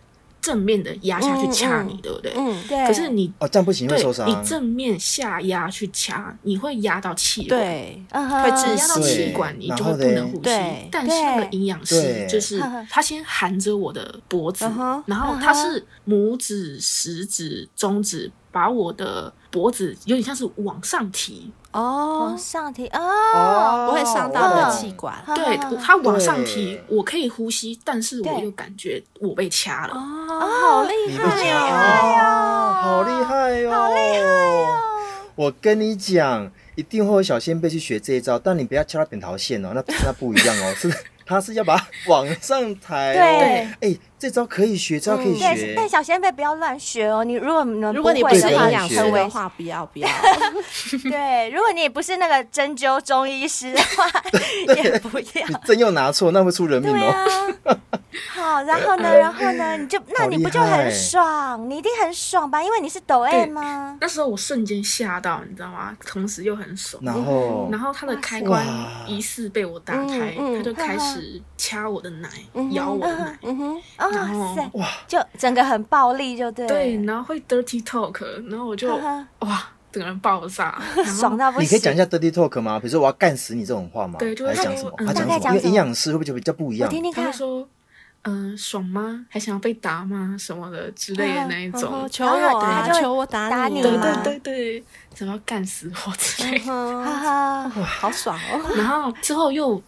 S5: 正面的压下去掐你，
S2: 嗯
S5: 对不对？
S2: 嗯，
S3: 对，
S5: 可是你
S4: 哦，这样不行，会
S5: 对
S4: 受伤。
S5: 你正面下压去掐，你会压到气管，
S2: 对，
S3: 嗯哼
S2: 会窒
S5: 你
S2: 息
S5: 压到气管，
S4: 对
S5: 你
S4: 然
S5: 就会
S4: 后
S5: 不能
S4: 嘞
S5: 呼吸
S2: 对。
S5: 但是那个
S3: 对
S5: 营养师
S4: 对
S5: 就是他先含着我的脖子
S2: 嗯哼，
S5: 然后他是拇指、食指、中指把我的脖子有点像是往上提，
S2: 哦
S3: 往，上提哦，
S2: 不会伤到你的气
S4: 哦。
S2: 管。
S3: 哈
S5: 对
S3: 哈哈
S5: 他往上提
S4: 对，
S5: 我可以呼吸，但是我
S3: 对
S5: 又感觉我被掐了。
S2: 哦，好厉
S4: 你被
S2: 害
S4: 掐
S2: 哦！
S4: 哦，好厉害哦，好厉害我跟你讲，一定会有小先辈去学这一招，但你不要敲到扁桃腺哦，那那不一样哦，是他是要把它往上抬哦。
S3: 对嗯
S4: 哎，这招可以学，这招可以
S3: 对，
S4: 学。
S3: 但小先辈不要乱学哦。你如果你们
S2: 如果你
S3: 不
S2: 不
S3: 会
S2: 是
S3: 的
S4: 对
S3: 话
S2: 营
S4: 乱
S2: 养
S4: 学
S2: 师的
S3: 危
S2: 话，不要不要。
S3: 险对，如果你也不是那个针灸中医师的话，也 不要
S4: 你。真又拿错，那会出人命
S3: 对
S4: 哦。
S3: 啊，好，然后呢，然后呢，你就那
S4: 好
S3: 你
S4: 厉
S3: 不就很
S4: 害
S3: 爽？你一定很爽吧？因为你是抖 M 吗？
S5: 那时候我瞬间吓到，你知道吗？同时又很爽。
S4: 然后，
S5: 然后他的开关
S4: 哇
S5: 疑似被我打开，
S2: 哦嗯嗯
S5: 他就开始掐我的奶，咬我的奶，
S2: 嗯哼，
S3: 哇
S5: 然后
S3: 哦塞，
S4: 哇，
S3: 就整个很暴力，就对。
S2: 嗯
S5: 对，，然后会 dirty talk，然后我就
S3: 哈哈
S5: 哇，整个人爆 炸，然后
S3: 爽到不
S4: 你可以讲一
S3: 行。
S4: 下 dirty talk 吗？比如说我要干死你这种话吗？
S5: 对就会
S4: 还是讲什么
S5: 说？嗯
S4: 他讲
S3: 大概
S4: 什
S3: 讲
S4: 么？因
S3: 什么
S4: 为营养师会不会就比较不一
S3: 我
S4: 样？
S3: 听听
S5: 他
S3: 看
S5: 会，说，嗯、爽吗？还想要被打吗？什么的之类的那一种。
S2: 哦求
S3: 然后
S2: 我
S3: 他
S2: 啊，
S3: 就会
S2: 求我打
S3: 打你
S2: 你啊，
S5: 对
S3: 吗
S5: 对对对，怎么要干死我之类
S2: 嗯
S5: 的。
S2: 哼，
S3: 哈哈，
S2: 好爽哦，
S5: 然后之后又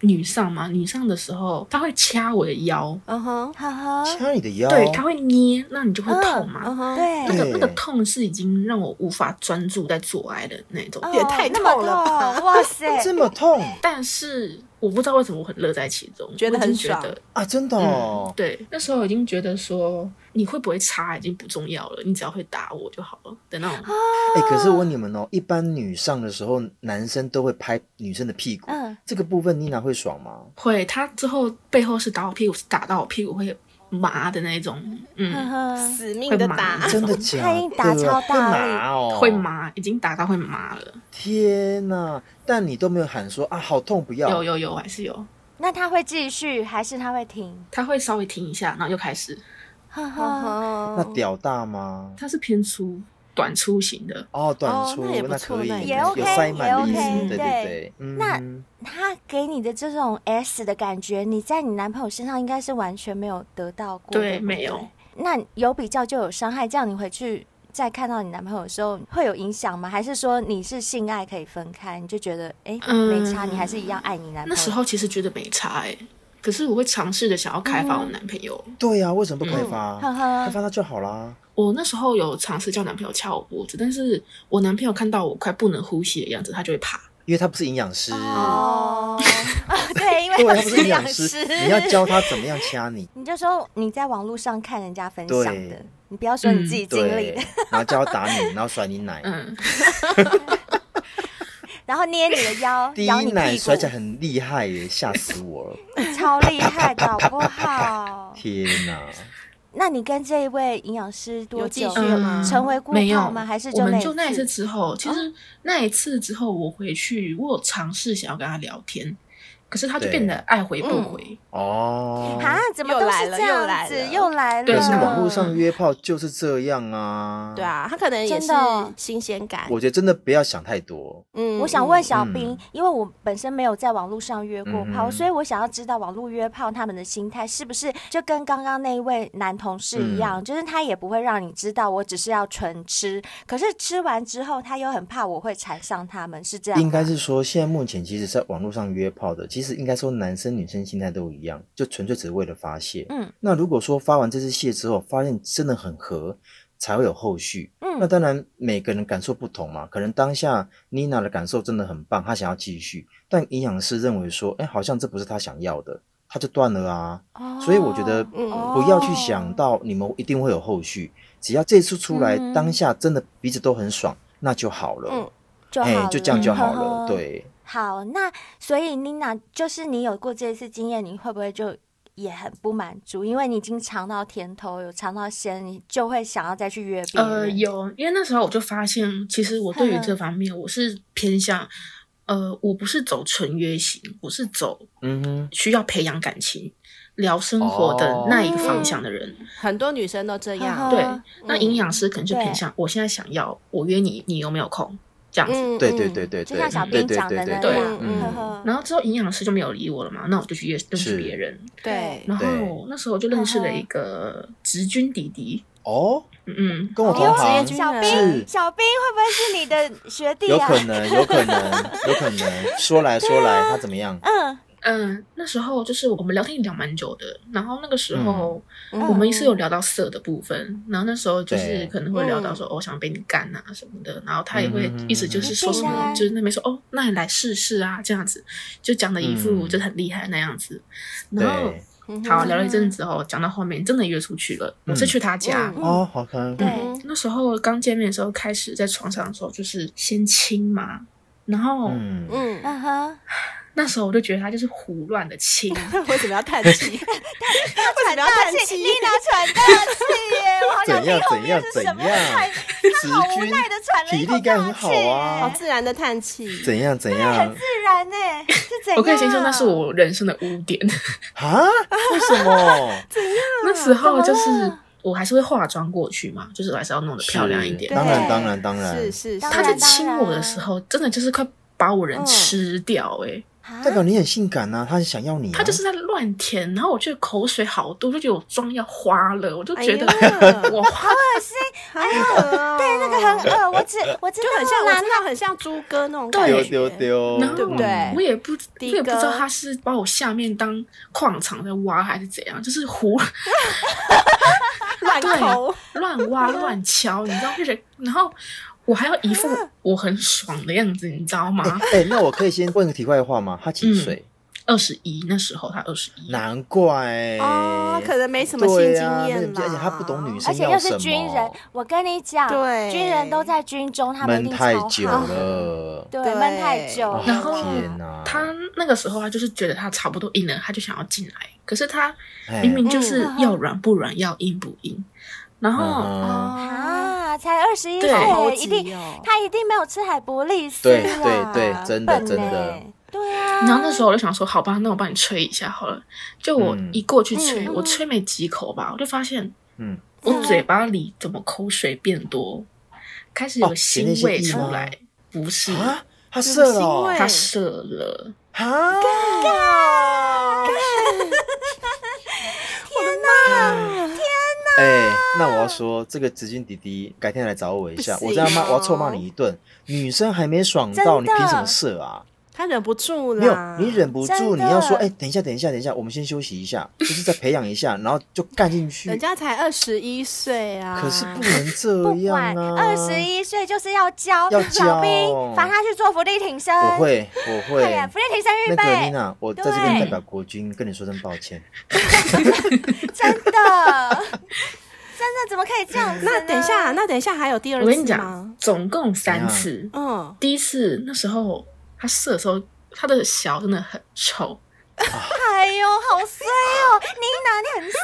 S5: 女上嘛，女上的时候他会掐我的腰，
S2: 嗯哼，
S3: 哈哈，
S4: 掐你的腰，
S5: 对，他会捏，那你就会痛嘛。
S2: 嗯哼，
S3: 对，
S5: 那个
S4: 对
S5: 那个痛是已经让我无法专注在做爱的那种，
S2: 也
S3: 哦
S2: 太
S3: 那么
S2: 痛了吧
S3: 痛哇塞，
S4: 这么痛
S5: 但是我不知道为什么我很乐在其中，
S2: 觉得
S5: 我已
S2: 很
S5: 经
S2: 爽
S5: 觉得
S4: 啊！真的
S5: 嗯
S4: 哦，，
S5: 对，那时候已经觉得说你会不会插已经不重要了，你只要会打我就好了的那种。
S2: 啊
S4: 哎，可是我问你们哦，一般女上的时候，男生都会拍女生的屁股，
S3: 嗯，
S4: 这个部分妮娜会爽吗？
S5: 会，他之后背后是打我屁股，是打到我屁股会麻的那种，
S3: 呵
S5: 嗯，
S3: 呵，
S2: 死命的打，
S5: 会
S4: 真的假的？
S3: 他一定打超
S4: 会
S3: 大
S4: 麻哦，
S5: 会？麻，已经打到会麻了。
S4: 天哪！但你都没有喊说啊，好痛，不要。
S5: 有有有，还是有，
S3: 那他会继续还是他会停？
S5: 他会稍微停一下，然后又开始。
S3: 哈
S2: 嗯
S3: 哈，
S2: 哼
S4: 那屌大吗？
S5: 它是偏粗短粗型的，
S4: 哦，短粗、
S2: 哦那也不错
S4: 可以，
S2: 那也
S4: 有
S3: 不错也
S4: 塞
S3: OK，
S4: 满的意
S3: 也
S4: 思，
S3: OK，
S4: 对
S3: 对
S4: 对。嗯
S3: 那他给你的这种 S 的感觉，你在你男朋友身上应该是完全没有得到过，
S5: 对
S3: 对，
S5: 没有。
S3: 那有比较就有伤害，这样你回去再看到你男朋友的时候会有影响吗？还是说你是性爱可以分开，你就觉得哎、没差，
S5: 嗯
S3: 你还是一样爱你男朋友？
S5: 那时候其实觉得没差哎、可是我会尝试着想要开
S3: 哦
S5: 发我男朋友。
S4: 对呀、为什么不开发？
S3: 呵呵
S4: 开发那就好啦。
S5: 我那时候有尝试叫男朋友掐我脖子，但是我男朋友看到我快不能呼吸的样子，他就会怕。
S4: 因为他不是营养师，
S3: 哦， 对，因 为
S4: 对，
S5: 啊
S3: 我
S4: 他不
S3: 是
S4: 是营养
S3: 师
S4: 师，，你要教他怎么样掐你。
S3: 你就说你在网络上看人家分享的
S4: 对，
S3: 你不要说你自己经历
S4: 对
S3: 的，，
S4: 然后教他打你，然后甩你奶，
S5: 嗯，
S3: 然后捏你的腰，
S4: 第
S3: 咬
S4: 一
S3: 你
S4: 奶
S3: 屁
S4: 甩起来
S3: 股，
S4: 很厉害耶，吓死我了！
S3: 超厉害的，好不好？
S4: 天哪，
S3: 那你跟这一位营养师多
S2: 有继
S3: 久
S2: 续
S3: 有
S2: 吗
S3: 成为固
S5: 嗯没有
S3: 套吗？还是
S5: 我
S3: 那
S5: 们
S3: 一
S5: 就那一次
S3: 次？哦
S5: 之后，其实那一次之后，我回去我有尝试想要跟他聊天，可是他就
S4: 对
S5: 变得爱回不
S3: 嗯
S5: 回。
S4: 哦，
S3: 啊，怎么
S2: 又
S3: 都
S2: 来
S3: 是
S2: 了
S3: 这
S2: 又
S3: 样
S2: 来
S3: 子，
S2: 了
S3: 又来了。
S5: 对
S4: 可是
S5: 那
S4: 网络上约炮就是这样啊。
S2: 对，啊，他可能也
S3: 真
S2: 是
S3: 的哦
S2: 新鲜感。
S4: 我觉得真的不要想太多。
S2: 嗯
S3: 我想问
S2: 嗯
S3: 小
S4: 嗯
S3: 兵，因为我本身没有在网络上约过炮，
S4: 嗯嗯
S3: 所以我想要知道网络约炮他们的心态是不是就跟刚刚那一位男同事一样，
S4: 嗯
S3: 就是他也不会让你知道，我只是要纯吃，可是吃完之后他又很怕我会缠上他们，是这样吗？
S4: 应该是说，现在目前其实在网络上约炮的，其实应该说男生女生心态都一样，就纯粹只是为了发泄。
S3: 嗯，
S4: 那如果说发完这次泄之后，发现真的很合，才会有后续。
S3: 嗯
S4: 那当然每个人感受不同嘛，可能当下妮娜的感受真的很棒，她想要继续，但营养师认为说，哎，好像这不是她想要的，她就断了啊。
S3: 哦
S4: 所以我觉得
S2: 嗯
S4: 不要去想到你们一定会有后续，只要这次出来
S3: 嗯
S4: 当下真的彼此都很爽，那就好了。
S2: 嗯
S3: 就好
S4: 哎、
S3: 了，嗯
S4: 就这样就好
S3: 呵
S4: 了。
S3: 呵。
S4: 对，
S3: 好，那所以妮娜，就是你有过这一次经验，你会不会就也很不满足？因为你已经尝到甜头，有尝到鲜，你就会想要再去约别人。嗯
S5: 呃，有，因为那时候我就发现，其实我对于这方面我是偏向，呃，我不是走纯约型，我是走
S4: 嗯哼，
S5: 需要培养感情、聊生活的那一个方向的人。
S2: 很多女生都这
S3: 哈
S2: 样，啊
S3: 哈
S5: 对
S3: 嗯，
S5: 那营养师可能就偏向，我现在想要，我约你，你有没有空？这样子。
S2: 嗯，
S4: 对
S2: 嗯
S4: 对对对对，
S3: 就像小
S4: 对
S3: 兵
S4: 对
S3: 讲的
S4: 对
S3: 那
S5: 对
S3: 样，
S2: 嗯
S3: 呵
S4: 嗯
S3: 呵。
S5: 然后之后营养师就没有理我了嘛，那我就去约认识
S4: 是
S5: 别人。
S2: 对，
S5: 然
S4: 对
S5: 后那时候就认识
S3: 呵
S5: 了
S3: 呵
S5: 一个直军弟弟，
S4: 哦，
S5: 嗯，
S4: 跟我同
S2: 哦
S4: 行
S2: 直接去
S3: 小兵，
S4: 是
S3: 小兵会不会是你的学弟
S4: 有
S3: 啊？
S4: 可能，有可能，有可能。说来说来，他怎么样？
S3: 嗯，
S5: 嗯，那时候就是我们聊天也聊蛮久的，然后那个
S4: 嗯
S5: 时候
S2: 嗯
S5: 我们是有聊到色的部分，然后那时候就是
S4: 对
S5: 可能会聊
S2: 嗯
S5: 到说，哦，我想被你干啊什么的，然后他也会
S4: 嗯
S5: 一直就是说什
S3: 一定的
S5: 么，
S3: 啊
S5: 就是那边说，哦，那你来试试啊这样子，就讲的一副
S4: 嗯
S5: 就很厉害那样子，然
S3: 啊
S5: 后
S4: 对，
S2: 嗯哼
S5: 好聊了一阵子之后，讲到后面真的约出去了，我
S4: 嗯
S5: 是去他家，
S2: 嗯
S4: 哦，好看。
S3: 对
S2: 嗯
S5: 那时候刚见面的时候开始在床上的时候就是先亲嘛，然后
S4: 嗯，
S2: 嗯，
S3: 嗯哼，
S5: 那时候我就觉得他就是胡乱的亲。
S2: 为什么要叹气？ 为什么要叹气？
S3: 妮娜喘大气耶，我好想
S4: 怎
S3: 听
S4: 样
S3: 后
S4: 怎样
S3: 面是
S4: 怎
S3: 什么，
S4: 样
S3: 太
S4: 直
S3: 好无
S4: 军
S3: 奈的喘了一
S4: 体
S3: 口
S4: 力干
S3: 大
S4: 很好
S3: 气
S2: 好
S3: 耶
S4: 啊，
S2: 自然的叹气，
S4: 怎样怎 样
S3: 自然呢，是怎样？
S5: 我可以先说那是 我人生的污点。
S4: 啊？为什么？
S5: 那时候就是我还是会化妆过去嘛，就是我还是要弄得漂亮一点。
S4: 当然，
S3: 对
S4: 当然，当然，
S2: 是是，
S3: 当
S5: 他
S3: 然
S5: 在亲我的时候，真的就是快把我
S2: 嗯
S5: 人吃掉哎、
S3: 啊
S4: 代表你很性感呐，他很想要你啊。
S5: 他就是在乱舔，然后我觉得口水好多，就觉得我妆要花了，我就觉得
S2: 哎呀
S5: 我花
S3: 恶心，
S2: 哎
S4: 啊
S2: 呀，
S3: 对，那个很
S4: 呃
S3: 恶，我只我知
S2: 就
S3: 道
S2: 很像，我
S3: 啦
S2: 知，道很像猪哥那种
S5: 对
S2: 感
S4: 丢
S2: 觉，
S4: 丢丢，
S5: 然后
S2: 对不对
S5: 我也不，我
S2: 的
S5: 也不知道
S2: 哥
S5: 他是把我下面当矿场在挖还是怎样，就是胡
S2: 烂头，
S5: 乱挖乱敲，你知道，就是然后我还要一副
S2: 啊
S5: 我很爽的样子，你知道吗？
S4: 哎、那我可以先问个题外话吗？他几
S5: 嗯
S4: 岁？
S5: 二十一那时候他二十一，
S4: 难怪
S2: 哦，可能没什么性
S4: 对
S2: 经
S4: 啊
S2: 验啦，
S4: 而且他不懂女生
S3: 而且又是
S4: 要什
S3: 军人
S4: 么，
S3: 我跟你讲，
S2: 对
S3: 军人都在军中，他们一
S4: 闷
S3: 定
S4: 太
S3: 超
S4: 久
S3: 好，
S4: 了。
S3: 对，哦
S2: 对
S3: 闷太久
S4: 啊
S3: 了，
S5: 然后
S4: 天哪！
S5: 他那个时候他就是觉得他差不多硬了，他就想要进来，可是他
S4: 哎
S5: 明明就是
S2: 嗯
S5: 要软不软，要硬不硬，然后。
S4: 嗯哼
S2: 啊，
S3: 啊，才二十一
S5: 对
S2: 好
S3: 岁，
S2: 急
S3: 一定
S2: 哦
S3: 他一定没有吃海博利斯
S4: 对
S3: 啦
S4: 对对真的
S3: 笨
S4: 真
S3: 欸
S4: 的
S3: 对啊。
S4: 嗯
S5: 然后那时候我就想说，好吧，那我帮你吹一下好了。就我
S4: 嗯
S5: 一过去吹，
S2: 嗯
S5: 我吹没几口吧，我就发现
S4: 嗯，
S5: 我嘴巴里怎么口水变多，开始有
S4: 哦
S5: 腥
S4: 前列腺
S5: 味
S4: 液
S5: 出
S4: 吗
S5: 来，不是，
S4: 啊，他
S2: 有
S4: 射了
S2: 腥
S4: 哦
S2: 味
S5: 他射了，
S4: 啊！ 哎、那我要说，这个直军弟弟改天来找我一下，
S2: 不
S4: 我在他骂，我
S2: 行
S4: 要臭骂你一顿。女生还没爽到，
S3: 真
S4: 你
S3: 的
S4: 凭什么射啊？
S2: 他忍不住
S4: 没有
S2: 啦，，
S4: 你忍不
S3: 真
S4: 住，
S3: 的
S4: 你要说，哎、等一下，等一下，等一下，我们先休息 一下，就是再培养一下，然后就干进去。
S2: 人家才二十一岁啊，
S4: 可是不能这
S3: 不
S4: 样
S3: 管
S4: 啊！
S3: 二十，一岁就是要教
S4: 要
S3: 老兵，
S4: 教
S3: 罚他去做伏地挺身。
S4: 我，会，我会
S3: 快。点，伏地挺身预
S4: 那个妮
S3: 备，
S4: 娜，我在这边
S5: 对
S4: 代表国军跟你说声抱歉。
S3: 真的， 真的怎么可以这样子呢？
S2: 那等一下，那等一下还有第二
S5: 我跟你
S2: 次
S5: 讲
S2: 吗，？
S5: 总共三次。
S2: 嗯，
S5: 第一次那时候他射的时候，他的小真的很臭，
S3: 哎呦，好衰哦，妮娜，你很衰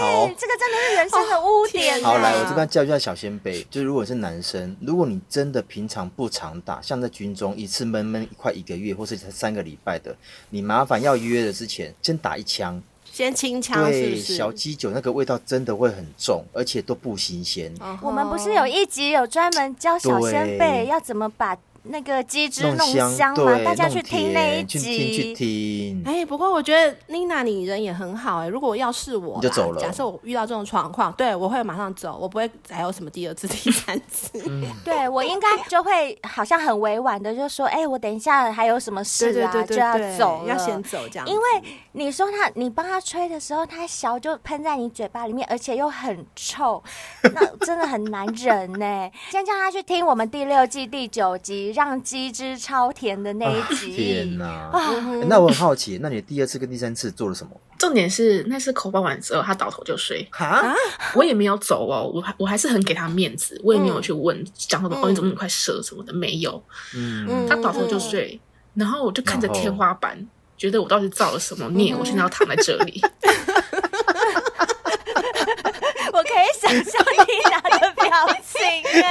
S4: 好
S3: 耶，这个真的是人生的污点
S2: 天
S3: 啊。
S4: 好，
S2: 哪
S4: 来，我这边要教育一下小先辈，就是如果是男生，如果你真的平常不常打，像在军中一次闷闷快一个月，或是才三个礼拜的，你麻烦要约的之前先打一枪，
S2: 先清腔是
S4: 对，
S2: 不是？
S4: 小鸡酒那个味道真的会很重，而且都不新鲜。
S2: 嗯哼
S3: 我们不是有一集有专门教小先辈
S4: 对
S3: 要怎么把那个鸡汁弄
S4: 香，
S3: 香吗？
S4: 对，
S3: 大家
S4: 弄
S3: 去听
S4: 甜
S3: 那一
S4: 去听
S3: 集。
S4: 去听。
S2: 哎、不过我觉得妮娜你人也很好哎、如果要是我啦，
S4: 你就走了
S2: 假设我遇到这种状况，对我会马上走，我不会还有什么第二次、 第三次。
S3: 对我应该就会好像很委婉的就说，哎、我等一下还有什么事
S2: 对
S3: 啊，
S2: 对对对
S3: 就
S2: 对
S3: 要走了
S2: 要先走这样子，
S3: 因为你说他，你帮他吹的时候，他小就喷在你嘴巴里面，而且又很臭，那真的很难忍呢、 先叫他去听我们第六季第九集《让鸡汁超甜》的那一集。
S4: 啊
S3: 啊嗯
S4: 天哪！欸那我很好奇，那你第二次跟第三次做了什么？
S5: 重点是那次口爆完之后，他倒头就睡，
S3: 啊
S4: 哈，
S5: 我也没有走哦，我还我还是很给他面子，我也没有去问，讲什么哦你怎么那么快射什么的，没有，
S4: 嗯，
S5: 他倒头就睡，然后我就看着
S4: 然后
S5: 天花板，觉得我到底造了什么孽，我现在要躺在这里。
S3: 我可以想象你俩的表情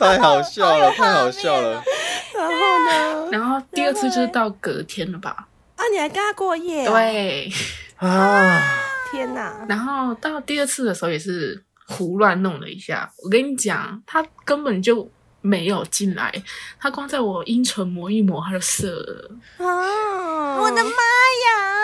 S3: 哎、
S4: 太好笑了，太好笑
S3: 哦
S4: 了。
S2: 然后呢？
S5: 然后第二次就是到隔天了吧？
S2: 啊，你还跟他过夜、，
S5: 对，
S4: 啊，
S2: 天哪！
S5: 然后到第二次的时候也是胡乱弄了一下。我跟你讲，他根本就没有进来，他光在我阴唇磨一磨，他就射了。
S2: 啊，
S3: 我的妈呀！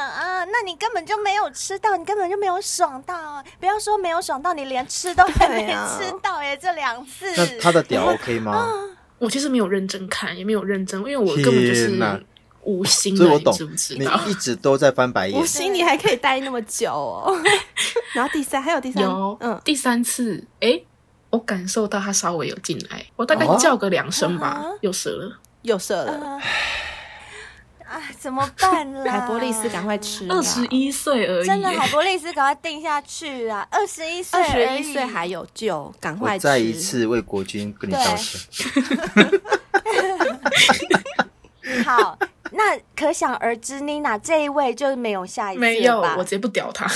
S3: 啊，那你根本就没有吃到，你根本就没有爽到啊，不要说没有爽到，你连吃都还没
S2: 对啊
S3: 吃到耶、这两次。
S4: 那他的屌 OK
S3: 啊嗯
S4: 吗？
S5: 我其实没有认真看，也没有认真，因为我根本就
S4: 天哪
S5: 是无心
S4: 所以
S5: 的，
S4: 我
S5: 你
S4: 懂
S5: 知不，知
S4: 你
S5: 道？
S4: 一直都在翻白眼
S2: 五。星你还可以待那么久哦。 然后第三还有第三，
S5: 有，
S2: 嗯，
S5: 第三次，诶，我感受到他稍微有进来，我大概
S4: 哦
S5: 叫个两声吧，
S3: 啊
S5: 又射了。
S2: 又射了。
S3: 啊，啊怎么办啦？
S2: 海博利斯，赶快吃啊啦！
S5: 二十一岁而已，
S3: 啊真的海博利斯，赶快定下去啊！ 二十一岁
S2: 二
S3: 而已，
S2: 十一岁还有救，赶快
S4: 我
S2: 吃！
S4: 再一次为国军跟你道歉。
S3: 好。那可想而知，妮娜这一位就没有下一次
S5: 没有，
S3: 了吧
S5: 我直接不屌他。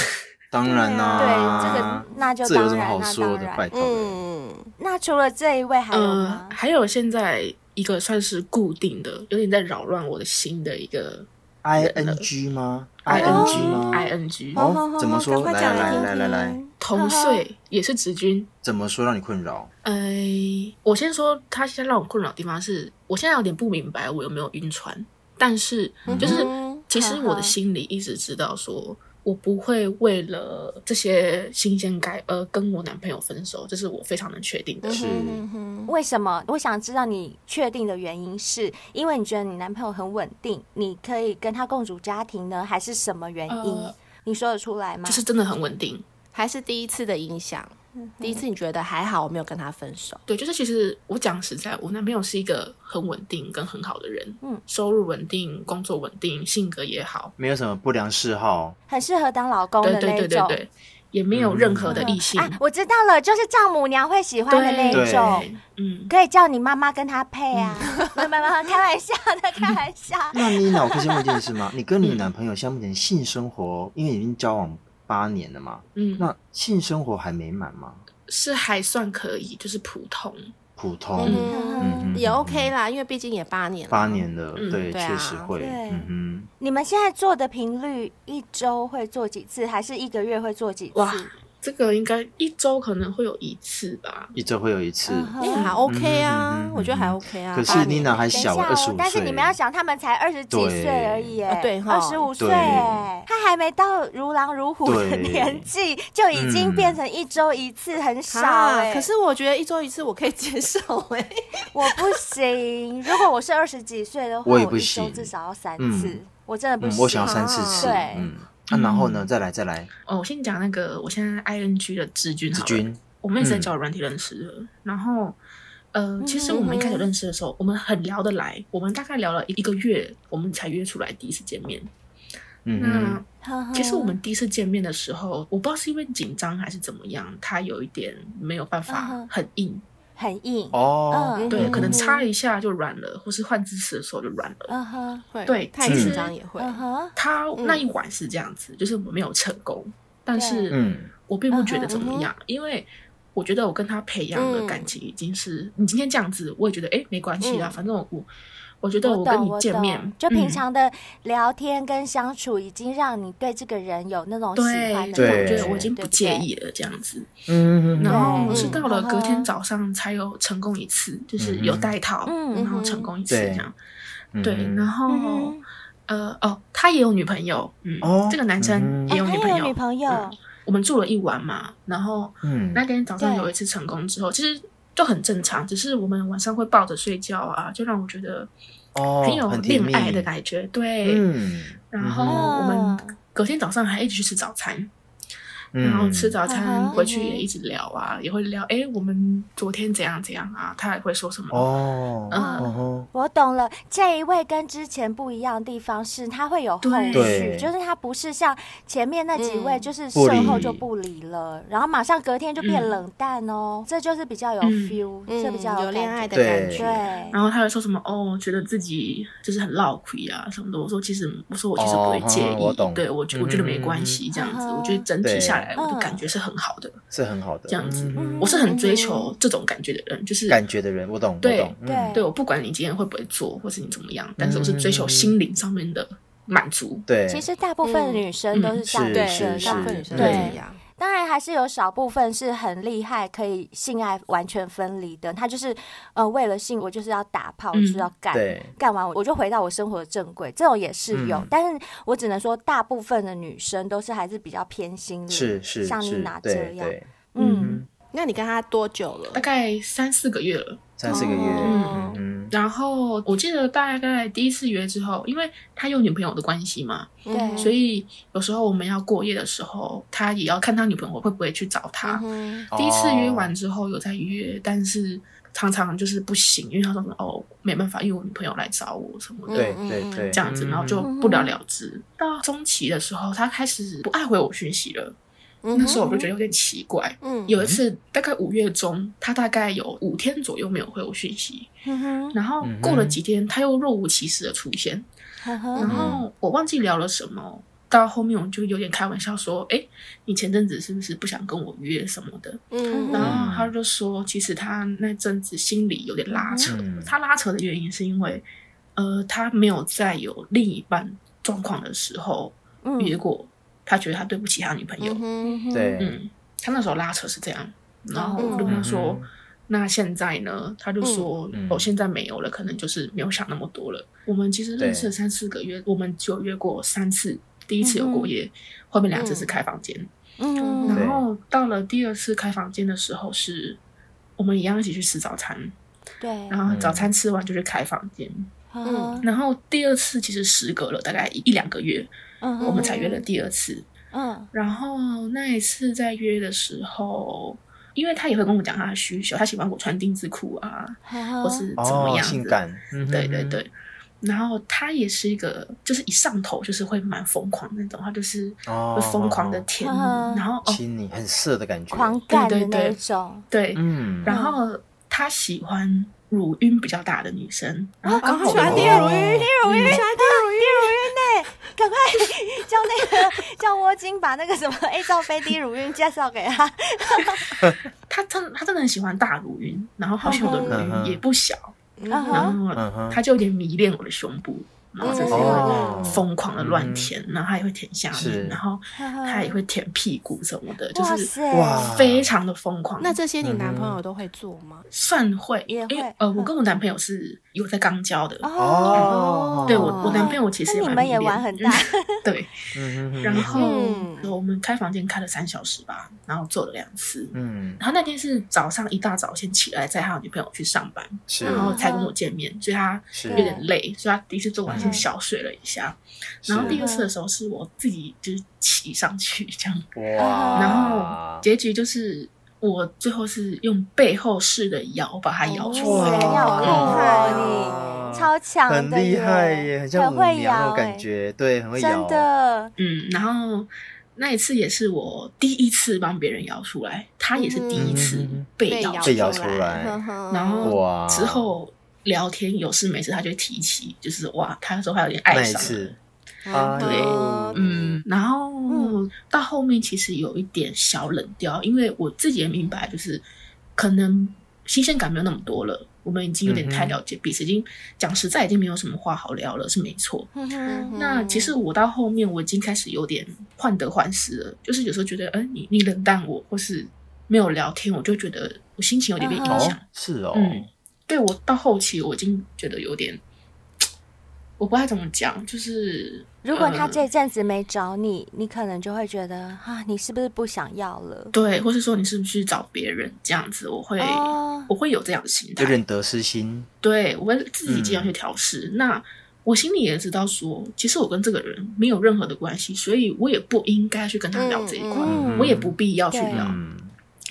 S4: 当然啦、
S3: 对这个那就
S4: 这有
S3: 当
S4: 什么
S3: 然，
S4: 好
S3: 那
S4: 说
S3: 当
S4: 的？
S3: 然。
S4: 拜托了。
S2: 嗯，
S3: 那除了这一位还有
S5: 呃
S3: 吗，？
S5: 还有现在一个算是固定的，有点在扰乱我的心的一个
S4: I
S5: 人了
S4: N G 吗
S5: I N G
S4: 吗
S5: I N G
S4: 哦
S2: 好好
S4: 怎么说
S2: 赶快讲
S4: 来
S2: 听
S4: 来来来
S2: 听
S3: 嗯
S5: 同岁也是子君。
S4: 怎么说让你困扰？
S5: 哎、我先说他现在让我困扰的地方是，我现在有点不明白我有没有晕船，但是就是
S3: 嗯哼
S5: 其实
S3: 哈
S5: 我
S3: 哈
S5: 的心里一直知道说。我不会为了这些新鲜感而跟我男朋友分手，这是我非常能确
S3: 嗯
S5: 定的。
S4: 是
S2: 嗯
S3: 为什么？我想知道你确定的原因是因为你觉得你男朋友很稳定，你可以跟他共组家庭呢，还是什么原因？
S5: 呃
S3: 你说得出来吗？
S5: 就是真的很稳定。
S2: 还是第一次的影响。第一次你觉得还好，我没有跟他分手。
S5: 对，就是其实我讲实在，我男朋友是一个很稳定跟很好的人，
S3: 嗯，
S5: 收入稳定，工作稳定，性格也好，
S4: 没有什么不良嗜好，
S3: 很适合当老公
S5: 对
S3: 的
S5: 对
S3: 那
S5: 对对
S3: 种。
S5: 对，也没有任
S4: 嗯
S5: 何的异性，
S3: 啊，我知道了，就是丈母娘会喜欢的那
S5: 对
S3: 一种，
S5: 对嗯，
S3: 可以叫你妈妈跟他配啊。没有没有，没有开玩笑的，开玩 笑。
S4: 那妮娜，我可以先问一件事吗？你跟你男朋友现在目前性生活，因为已经交往八年了嘛，
S5: 嗯，
S4: 那性生活还美满吗？
S5: 是还算可以，就是普通。
S4: 普通，
S2: 嗯
S4: 嗯
S2: 也 OK 啦，因为毕竟也八年了。
S4: 八年了，
S5: 嗯
S4: 对，
S2: 对啊
S4: 确实会，
S3: 对
S4: 嗯
S3: 你们现在做的频率，一周会做几次，还是一个月会做几次？
S5: 哇这个应该一周可能会有一次吧
S4: 哼，，一周会有一次。
S3: 嗯哼
S2: 也还 OK
S4: 嗯嗯嗯
S2: 啊
S4: 嗯，
S2: 我觉得还 OK 啊。
S4: 可
S2: 八
S4: 是妮
S2: 年
S4: 娜还
S3: 等一
S4: 小，
S3: 下
S4: 二十
S3: 哦
S4: 五，
S3: 但是
S4: 岁。
S3: 你们要想，他们才二十几
S4: 对
S3: 岁而已耶，
S2: 啊对哈
S3: 二十五岁
S4: 对，
S3: 他还没到如狼如虎的
S4: 对
S3: 年纪，就已经
S4: 嗯
S3: 变成一周一次，很少哎。
S2: 啊，可是我觉得一周一次我可以接受 哎。
S3: 我不行，如果我是二十几岁的话，
S4: 我也不
S3: 一周
S4: 行
S3: 至少要三
S4: 嗯
S3: 次，我真的不
S4: 嗯，
S3: 行。
S4: 我想要三四次，
S3: 哦对
S4: 嗯，那然后呢？再来，再来，
S5: 哦，我先讲那个我现在 ING 的志军好
S4: 志
S5: 了，
S4: 军，
S5: 我们也是在
S4: 嗯
S5: 交友软体认识的，然后。呃，
S3: 嗯
S5: 其实我们一开始认识的时候，我们很聊得来，我们大概聊了一个月，我们才约出来第一次见面。那
S4: 嗯
S3: 呵呵
S5: 其实我们第一次见面的时候，我不知道是因为紧张还是怎么样，他有一点没有办
S3: 嗯
S5: 法
S3: 哼
S5: 很硬，
S3: 很硬
S4: 哼，，哦，
S3: 嗯
S5: 对，
S4: 嗯
S5: 可能
S4: 嗯
S5: 擦一下就软了，或是换姿势的时候就软了。
S3: 嗯哼，
S2: 会
S5: 对
S2: 太
S4: 其
S2: 紧
S4: 实
S2: 张也会。
S3: 嗯哼，
S5: 他那一晚是这样子，就是我没有成功，但是
S4: 嗯，
S5: 我并不觉得
S3: 嗯
S5: 怎么样，因为我觉得我跟他培养的感情已经是，你今天这样子，我也觉得哎、诶没关系啦，
S2: 嗯
S5: 反正我我我觉得
S3: 我
S5: 跟
S3: 懂，
S5: 你
S3: 我
S5: 见面
S3: 懂，就平
S5: 嗯
S3: 常的聊天跟相处，已经让你对这个人有那种喜欢的
S5: 对
S4: 对
S5: 对，
S3: 感
S5: 我觉
S3: 觉，
S5: 得我已经
S3: 对
S5: 不
S3: 不
S5: 介
S3: 对。
S5: 意了这样子。
S4: 嗯，
S5: 然后
S4: 嗯
S5: 是到了
S3: 嗯
S5: 隔天早上才有成功一次，就是有带套，
S3: 嗯
S5: 然后
S2: 嗯
S5: 成功一次
S4: 对
S5: 这样。
S4: 嗯
S5: 对，然后
S3: 嗯
S5: 呃哦，他也有女朋友，嗯
S4: 哦，
S5: 这个男生
S4: 嗯
S5: 也有
S3: 哦
S5: 女
S3: 他
S5: 朋
S3: 也有女
S5: 友。
S3: 朋友，
S5: 嗯我们住了一晚嘛，然后
S4: 嗯
S5: 那天早上
S3: 对
S5: 有一次成功之后，其实就很正常，只是我们晚上会抱着睡觉啊，就让我觉得
S4: 哦，
S5: 很有恋
S4: 甜蜜
S5: 爱的感觉。对，
S4: 嗯，
S5: 然后我们隔天早上还一起去吃早餐。
S4: 嗯
S5: 然后吃，早
S3: 嗯
S5: 餐
S3: 哼
S5: 回去也一直聊啊，也会聊，哎，我们昨天怎样怎样啊，他也会说什么，
S4: 哦，
S5: 嗯，
S4: 嗯哼，
S3: 我懂了。这一位跟之前不一样的地方是，他会有后续，
S4: 对
S3: 就是他不是像前面那几位，
S2: 嗯
S3: 就是
S4: 不理
S3: 事后就不理了，然后马上隔天就变
S5: 嗯
S3: 冷淡哦。这就是比较有
S5: 嗯
S3: feel，这比较
S2: 有恋
S3: 感
S2: 爱的
S4: 对
S2: 感
S3: 觉。
S2: 觉。
S3: 对，
S5: 然后他会说什么，哦，觉得自己就是很落亏啊什么的。我说其实，我说我其实不会介
S4: 哦
S5: 意，
S4: 我懂
S5: 对我觉我觉得没关系这样
S4: 啊
S5: 子。
S3: 嗯
S5: 我觉得整体下来
S3: 对
S5: 我的感觉是很好的，
S4: 是很好的，
S5: 这样子
S4: 嗯
S5: 我是很追求这种感觉的人，就是
S4: 感觉的人，我懂，我
S5: 对
S4: 懂，嗯
S3: 对
S5: 对我不管你今天会不会做，或是你怎么样，但是我是追求心灵上面的满足。
S4: 对，
S3: 其实大部分
S2: 嗯
S3: 女生都是这样觉
S4: 是
S2: 对，
S4: 是
S3: 得
S2: 大部
S4: 是
S2: 分女生都
S3: 对
S2: 这样。
S3: 当然还是有少部分是很厉害，可以性爱完全分离的。他就是呃，为了性，我就是要打炮，我就是要干，
S4: 对
S3: 干完我就回到我生活的正轨，这种也是有。
S4: 嗯
S3: 但是我只能说，大部分的女生都是还是比较偏心灵，
S4: 是是
S3: 像妮
S4: 是
S3: 娜，这
S4: 对
S3: 样，
S4: 对，
S3: 嗯。
S2: 那你跟他多久了
S5: 大？概三四个月了，
S4: 三四个月，
S2: 哦
S4: 嗯嗯，
S5: 然后我记得大概第一次约之后，因为他有女朋友的关系嘛，
S2: 嗯
S3: 对
S5: 所以有时候我们要过夜的时候，他也要看他女朋友会不会去找他。
S2: 嗯
S5: 第一次约完之后有再约，但是常常就是不行，因为他说哦没办法，因为我女朋友来找我什么的，
S4: 对
S2: 嗯
S4: 对
S2: 嗯
S4: 对，
S5: 这样子，
S4: 嗯
S5: 然后就不了了之。到中期的时候，他开始不爱回我讯息了，
S2: 嗯哼
S5: 那时候我就觉得有点奇怪。
S2: 嗯
S5: 有一次大概五月中，他大概有五天左右没有回我讯息，
S3: 嗯哼，
S5: 然后
S4: 嗯哼
S5: 过了几天，他又若无其事的出现，
S3: 呵呵
S5: 然后我忘记聊了什么，到后面我就有点开玩笑说：“哎，你前阵子是不是不想跟我约什么的
S2: 嗯？”
S5: 然
S2: 嗯
S5: 后他就说，其实他那阵子心里有点拉扯
S4: 嗯，
S5: 他拉扯的原因是因为，呃，他没有再有另一半状况的时候
S3: 嗯
S5: 遇过，他觉得他对不起他女朋友，
S2: 嗯哼，
S4: 对，
S5: 嗯，他那时候拉扯是这样，然后
S3: 哦
S5: 我就跟他说
S4: 嗯哼，
S5: 那现在呢？他就说，
S4: 嗯
S5: 哦，现在没有了，可能就是没有想那么多了。我们其实认识了
S4: 对
S5: 三四个月，我们只有约过三次，第一次有
S3: 嗯哼
S5: 过夜，后面两次是开房间，
S3: 嗯
S5: 然
S4: 对
S5: 后到了第二次开房间的时候是。我们一样一起去吃早餐，
S3: 对，
S5: 然后
S4: 嗯
S5: 早餐吃完就去开房间。
S3: 嗯
S5: 然后第二次其实时隔了大概一一两个月，
S3: 嗯
S5: 我们才约了第二次。
S3: 嗯
S5: 然后那一次在约的时候，因为他也会跟我讲他的需求，他喜欢我穿丁字裤啊，
S3: 嗯，
S5: 或是怎么
S4: 哦，
S5: 样、
S4: 性，感，嗯哼
S5: 对对对。然后他也是一个，就是一上头就是会蛮疯狂那种，他就是
S4: 哦
S5: 会疯狂的舔你，
S3: 哦哦
S5: 然后哦
S4: 亲你很色的感觉，
S3: 狂干的
S5: 对对
S3: 那
S5: 对
S3: 一种，
S5: 对，
S4: 嗯，
S5: 然后他喜欢乳晕比较大的女生，
S3: 啊
S5: 然后刚好
S2: 喜欢
S5: 我哦嗯
S2: 第
S4: 丁
S2: 二
S4: 如
S2: 晕，
S4: 玉
S2: 第二晕，喜欢第二晕，
S3: 赶快叫那个叫窝金把那个什么 A 罩杯低乳晕介绍给他。
S5: 他真他真的很喜欢大乳晕，然后好像我的
S4: 嗯
S5: 乳
S4: 哼
S5: 晕也不小，
S3: 嗯哼
S2: 嗯
S5: 然后
S4: 嗯哼
S5: 他就有点迷恋我的胸部，然后就是
S4: 哦嗯
S5: 会疯狂的乱舔，然后他也会舔下
S4: 是
S5: 面，然后他也会舔屁股什么的，就
S3: 哇
S5: 是
S3: 塞，
S4: 哇
S5: 非常的疯狂。
S2: 那这些你男朋友都会做吗？
S5: 算会，
S3: 也会
S5: 因为呃，
S3: 嗯哦
S5: 我跟我男朋友是有在刚交的，
S4: 哦，
S5: 对我我男朋友其
S3: 那
S5: 实
S3: 你
S5: 蛮
S3: 们
S5: 迷
S3: 也
S5: 恋
S3: 玩
S5: 的
S3: 很大，
S5: 对。
S4: 嗯，嗯
S5: 然，后
S2: 嗯
S5: 我们开房间开了三小时吧，然后做了两次。
S4: 嗯，嗯
S5: 然后那天是早上一大早先起来载他女朋友去上班，
S4: 是
S5: 然后才跟我见面，所以他
S4: 是
S5: 有点累，所以他第一次做完先
S3: 嗯
S5: 小睡了一下，
S4: 是
S5: 然后第二次的时候是我自己就是骑上去这样，
S4: 哇，
S5: 然后结局就是我最后是用背后式的摇把
S2: 哦
S5: 它摇嗯出
S3: 哇
S4: 哇
S3: 塞
S5: 来，
S3: 你好酷
S2: 啊
S3: 哦
S4: 哇
S3: 你超强的
S4: 很厉害
S3: 耶，
S4: 耶，很像
S3: 很
S4: 舞
S3: 会
S4: 娘那
S3: 摇
S4: 种
S3: 哎
S4: 感觉，对，很会摇哦
S3: 真，的，
S5: 嗯，然后那一次也是我第一次帮别人摇出来，他也是第一次
S4: 嗯
S5: 被摇
S4: 被摇
S2: 出
S4: 出来
S2: 呵呵
S5: 然后
S4: 哇
S5: 嗯之后聊天有事没事他就会提起，就是哇，他说他有点爱
S4: 那一
S5: 上了
S4: 次，
S5: 啊
S2: 嗯
S4: 哎呦
S5: 嗯，然后、到后面其实有一点小冷掉，因为我自己也明白，就是可能新鲜感没有那么多了，我们已经有点
S4: 嗯
S5: 太了解彼此，已经讲实在已经没有什么话好聊了，是没错。
S3: 嗯哼
S5: 那其实我到后面我已经开始有点患得患失了，就是有时候觉得，嗯、你你冷淡我，或是没有聊天，我就觉得我心情有点被影
S4: 哦
S5: 响。，
S4: 是哦，
S5: 嗯对我到后期我已经觉得有点，我不知道怎么讲，就是
S3: 如果
S4: 嗯
S3: 他
S5: 呃
S3: 这阵子没找你，你可能就会觉得啊，你是不是不想要了？
S5: 对，或是说你是不是去找别人这样子，我会、
S3: 哦
S5: 我会有这样的心态
S4: 有，点嗯得失心，
S5: 对我会自己尽量去调试。那我心里也知道说，其实我跟这个人没有任何的关系，所以我也不应该去跟他聊这一块，
S4: 嗯嗯
S5: 我也不必要去
S3: 对
S5: 聊。
S4: 嗯，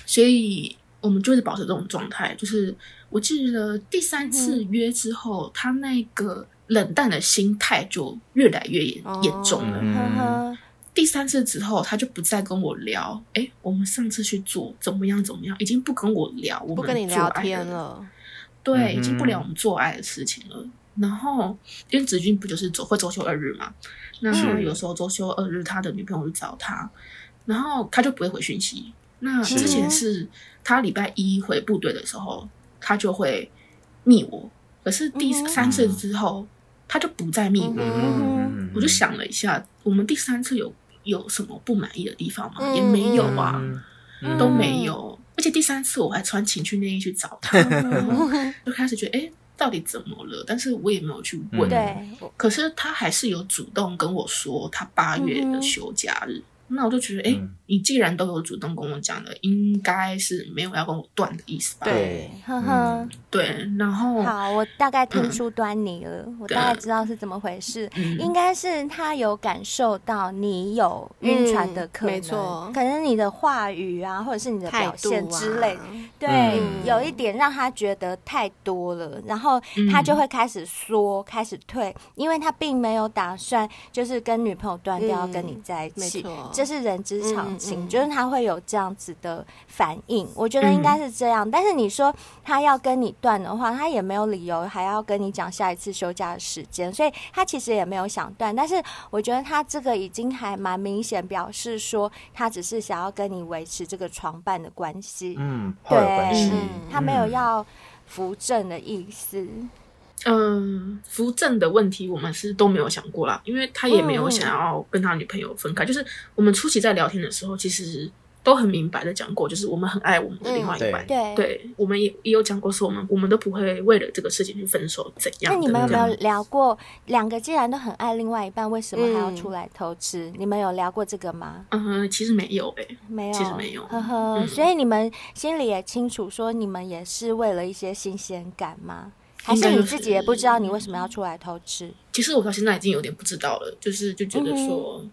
S5: 所以我们就是保持这种状态。就是我记得第三
S2: 嗯
S5: 次约之后，他那个冷淡的心态就越来越严、
S2: 哦
S5: 严重了。
S4: 嗯
S3: 呵呵，
S5: 第三次之后，他就不再跟我聊。哎，我们上次去做怎么样怎么样，已经不跟我聊我
S2: 不
S5: 们
S2: 跟你
S5: 做
S2: 聊
S5: 爱的
S2: 天，了，
S5: 对，
S4: 嗯
S5: 已经不聊我们做爱的事情了。然后，因为子君不就是周会周休二日嘛，那他
S4: 是
S5: 有时候周休二日，他的女朋友去找他，然后他就不会回讯息。那之前是他礼拜一回部队的时候，他就会密我，可是第
S3: 嗯哼
S5: 三次之后，他就不再密我了。
S4: 嗯
S5: 我就想了一下，我们第三次有有什么不满意的地方吗？也没有啊，
S4: 嗯
S5: 都没有。而且第三次我还穿情趣内衣去找 他，就开始觉得哎、诶到底怎么了？但是我也没有去
S4: 嗯
S5: 问。
S3: 对，我
S5: 可是他还是有主动跟我说他八月的休假日。那我就觉得，哎、
S4: 嗯
S5: 你既然都有主动跟我讲了，应该是没有要跟我断的意思吧？
S4: 对，
S3: 呵呵，
S4: 嗯
S5: 对，然后
S3: 好，我大概听出端倪了，我大概知道是怎么回事。
S5: 嗯
S3: 应该是他有感受到你有晕船的可能，
S2: 嗯没错
S3: 可能你的话语啊，或者是你的
S2: 态
S3: 表
S2: 度
S3: 现
S2: 啊
S3: 之类，对，
S4: 嗯
S3: 有一点让他觉得太多了，然后他就会开始缩，开始退，因为他并没有打算就是跟女朋友断掉，
S2: 嗯
S3: 跟你在一起
S2: 没错，
S3: 这是人之常
S2: 嗯嗯
S3: 情，
S2: 嗯
S3: 就是他会有这样子的反应。我觉得应该是这样，但是你说他要跟你断的话，他也没有理由还要跟你讲下一次休假的时间，所以他其实也没有想断，但是我觉得他这个已经还蛮明显表示说，他只是想要跟你维持这个床伴的关系，
S4: 嗯，炮
S3: 对
S4: 友关系
S5: 嗯，
S3: 他没有要扶正的意思。
S5: 嗯，扶正的问题我们是都没有想过啦，因为他也
S4: 嗯
S5: 没有想要跟他女朋友分开。就是我们初期在聊天的时候，其实都很明白的讲过，就是我们很爱我们的另外
S4: 嗯
S5: 一半。
S3: 对。
S5: 对，我们也也有讲过，说我们我们都不会为了这个事情去分手怎样
S3: 那
S5: 的。
S3: 你们有没有
S5: 这样
S3: 聊过，两个既然都很爱另外一半，为什么还要
S2: 嗯
S3: 出来偷吃？你们有聊过这个吗？
S5: 嗯，其实没有诶、
S3: 没有，
S5: 其实没有
S3: 呵呵，
S5: 嗯
S3: 所以你们心里也清楚，说你们也是为了一些新鲜感吗？还
S5: 应该
S3: 是
S5: 就
S3: 你
S5: 是
S3: 自己也不知道你为什么要出来偷吃？
S5: 其实我到现在已经有点不知道了，就是就觉得
S3: 嗯
S5: 说，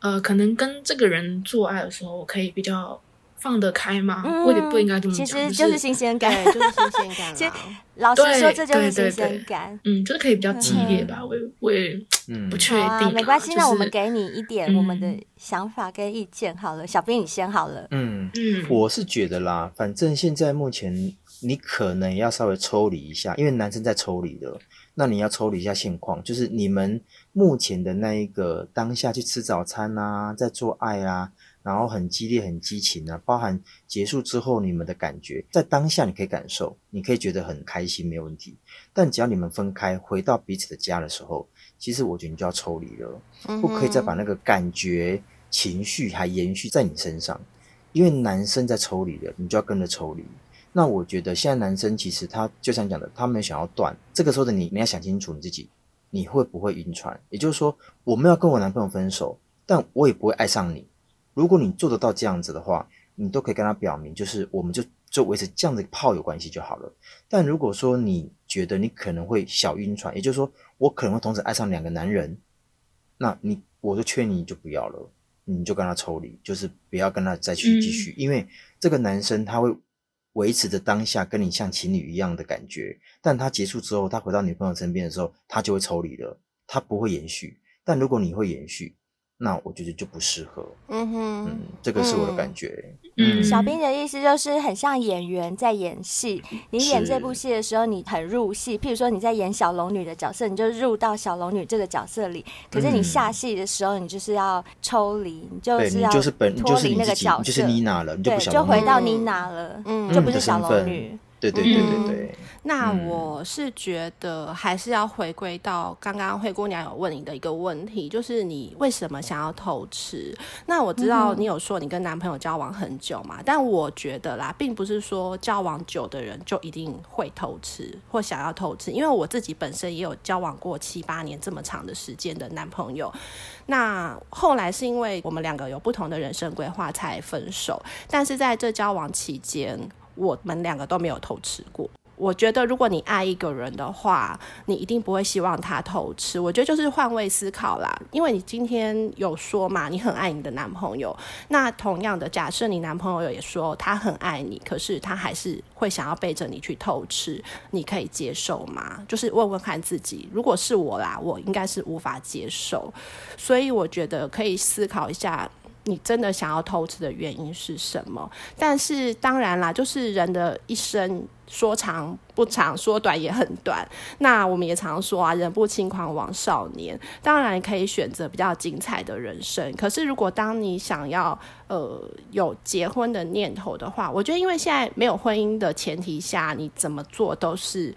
S5: 呃，可能跟这个人做爱的时候，我可以比较放得开吗？嗯我也不应该这
S3: 嗯
S5: 么
S3: 其
S5: 讲，
S3: 实
S5: 就
S3: 就是新鲜感。
S2: 对，就是新鲜感啊
S3: 其实老
S2: 啦。
S3: 实说，
S5: 对
S3: 这就是
S5: 对
S3: 新
S5: 对
S3: 鲜
S5: 对
S3: 感。
S5: 嗯，就是可以比较激烈吧，我也我也
S4: 嗯
S5: 不确定、
S3: 好啊，没关系，
S5: 就是
S3: 那我们给你一点我们的
S5: 嗯
S3: 想法跟意见好了。小编，你先好了。
S4: 嗯，
S5: 嗯，
S4: 我是觉得啦，反正现在目前你可能要稍微抽离一下，因为男生在抽离的，那你要抽离一下现况，就是你们目前的那一个当下去吃早餐啊，在做爱啊，然后很激烈、很激情啊，包含结束之后你们的感觉，在当下你可以感受，你可以觉得很开心，没有问题。但只要你们分开，回到彼此的家的时候，其实我觉得你就要抽离了。
S2: 嗯
S4: 不可以再把那个感觉、情绪还延续在你身上，因为男生在抽离了，你就要跟着抽离。那我觉得现在男生其实他就像你讲的，他们想要断，这个时候的你，你要想清楚你自己，你会不会晕船？也就是说，我没有跟我男朋友分手，但我也不会爱上你。如果你做得到这样子的话，你都可以跟他表明，就是我们就就维持这样的炮友关系就好了。但如果说你觉得你可能会小晕船，也就是说我可能会同时爱上两个男人，那你我就劝你就不要了，你就跟他抽离，就是不要跟他再去
S5: 嗯
S4: 继续，因为这个男生他会维持着当下跟你像情侣一样的感觉，但他结束之后，他回到女朋友身边的时候，他就会抽离了，他不会延续。但如果你会延续，那我觉得就不适合。
S2: 嗯
S4: 嗯
S2: 哼，，
S4: 这个是我的
S2: 嗯
S4: 感觉。
S5: 嗯
S3: 小兵的意思就是很像演员在演戏，你演
S4: 是
S3: 这部戏的时候，你很入戏。譬如说你在演小龙女的角色，你就入到小龙女这个角色里。可是你
S4: 嗯
S3: 下戏的时候，你就是要抽离，你就
S4: 对
S3: 是
S4: 你
S3: 要
S4: 就是本，你就
S3: 脱
S4: 是
S3: 离
S4: 你
S3: 那
S4: 自
S3: 个
S4: 己，
S3: 角色，
S4: 你就是妮娜了，你就
S3: 对，
S4: 不想
S3: 就回到
S2: 嗯
S3: 妮娜了，
S2: 嗯
S3: 就不是
S4: 的
S3: 小
S4: 身
S3: 龙
S4: 份
S3: 女。
S4: 对对对
S5: 嗯
S4: 对对，
S2: 那
S4: 嗯
S2: 我是觉得还是要回归到刚刚灰姑娘有问你的一个问题，就是你为什么想要偷吃？那我知道你有说你跟男朋友交往很久嘛，但我觉得啦，并不是说交往久的人就一定会偷吃或想要偷吃，因为我自己本身也有交往过七八年这么长的时间的男朋友，那后来是因为我们两个有不同的人生规划才分手，但是在这交往期间，我们两个都没有偷吃过。我觉得，如果你爱一个人的话，你一定不会希望他偷吃。我觉得就是换位思考啦，因为你今天有说嘛，你很爱你的男朋友。那同样的，假设你男朋友也说他很爱你，可是他还是会想要背着你去偷吃，你可以接受吗？就是问问看自己，如果是我啦，我应该是无法接受。所以我觉得可以思考一下，你真的想要偷吃的原因是什么。但是当然啦，就是人的一生说长不长，说短也很短。那我们也常说啊，人不轻狂枉少年。当然可以选择比较精彩的人生，可是如果当你想要呃有结婚的念头的话，我觉得因为现在没有婚姻的前提下，你怎么做都是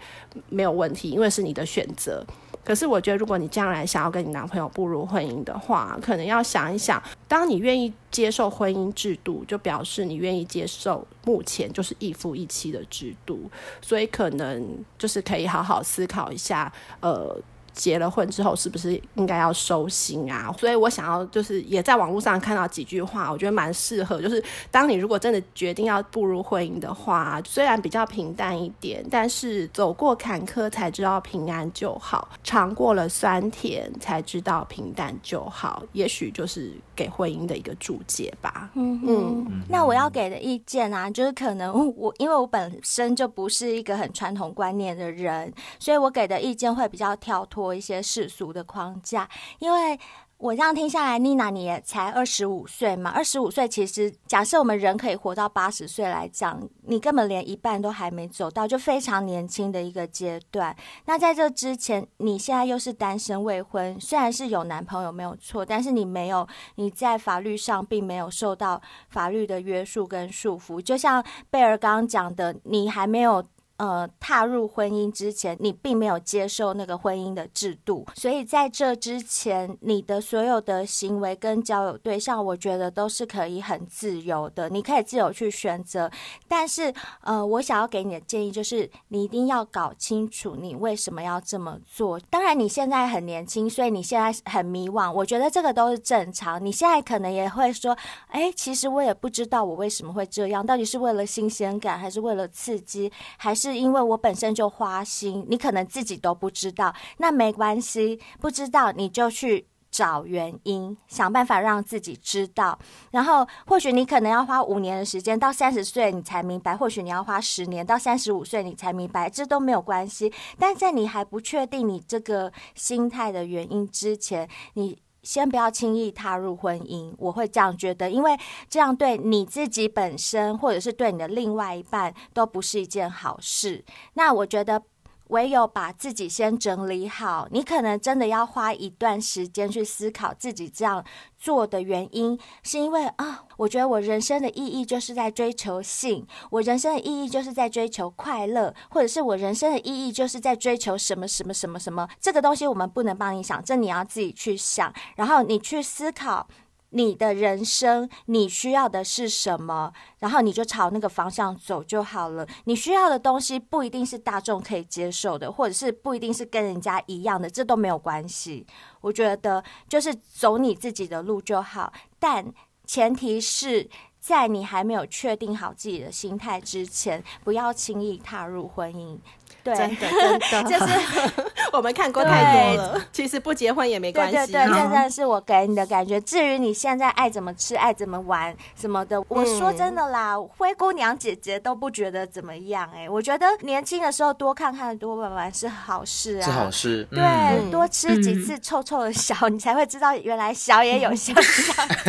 S2: 没有问题，因为是你的选择。可是我觉得，如果你将来想要跟你男朋友步入婚姻的话，可能要想一想，当你愿意接受婚姻制度，就表示你愿意接受目前就是一夫一妻的制度，所以可能就是可以好好思考一下，呃。结了婚之后是不是应该要收心啊？所以我想要就是也在网络上看到几句话，我觉得蛮适合。就是当你如果真的决定要步入婚姻的话，虽然比较平淡一点，但是走过坎坷才知道平安就好，尝过了酸甜才知道平淡就好。也许就是给婚姻的一个注解吧。
S3: 嗯哼，那我要给的意见啊，就是可能我因为我本身就不是一个很传统观念的人，所以我给的意见会比较跳脱一些世俗的框架，因为。我这样听下来，妮娜你也才二十五岁嘛，二十五岁其实假设我们人可以活到八十岁来讲，你根本连一半都还没走到，就非常年轻的一个阶段。那在这之前，你现在又是单身未婚，虽然是有男朋友没有错，但是你没有你在法律上并没有受到法律的约束跟束缚。就像贝尔刚刚讲的，你还没有。呃踏入婚姻之前，你并没有接受那个婚姻的制度，所以在这之前，你的所有的行为跟交友对象，我觉得都是可以很自由的，你可以自由去选择。但是呃，我想要给你的建议就是，你一定要搞清楚你为什么要这么做。当然，你现在很年轻，所以你现在很迷惘，我觉得这个都是正常。你现在可能也会说，哎，其实我也不知道我为什么会这样，到底是为了新鲜感，还是为了刺激，还是因为我本身就花心？你可能自己都不知道，那没关系，不知道你就去。找原因，想办法让自己知道，然后或许你可能要花五年的时间，到三十岁你才明白；或许你要花十年，到三十五岁你才明白，这都没有关系。但在你还不确定你这个心态的原因之前，你先不要轻易踏入婚姻，我会这样觉得，因为这样对你自己本身，或者是对你的另外一半，都不是一件好事。那我觉得。唯有把自己先整理好，你可能真的要花一段时间去思考自己这样做的原因，是因为啊，我觉得我人生的意义就是在追求性，我人生的意义就是在追求快乐，或者是我人生的意义就是在追求什么什么什么什么。这个东西我们不能帮你想，这你要自己去想，然后你去思考。你的人生，你需要的是什么？然后你就朝那个方向走就好了。你需要的东西不一定是大众可以接受的，或者是不一定是跟人家一样的，这都没有关系。我觉得就是走你自己的路就好，但前提是在你还没有确定好自己的心态之前，不要轻易踏入婚姻。对，
S2: 真的真的，
S3: 就是
S2: 我们看过太多了。其实不结婚也没关
S3: 对
S2: 系，
S3: 对对，这真的是我给你的感觉。至于你现在爱怎么吃、爱怎么玩什么的，我
S4: 嗯
S3: 说真的啦，灰姑娘姐姐都不觉得怎么样哎、我觉得年轻的时候多看看、多玩玩是好事啊，
S4: 是好事。
S3: 对，
S4: 嗯
S3: 多吃几次臭臭的小，你才会知道原来小也有香香。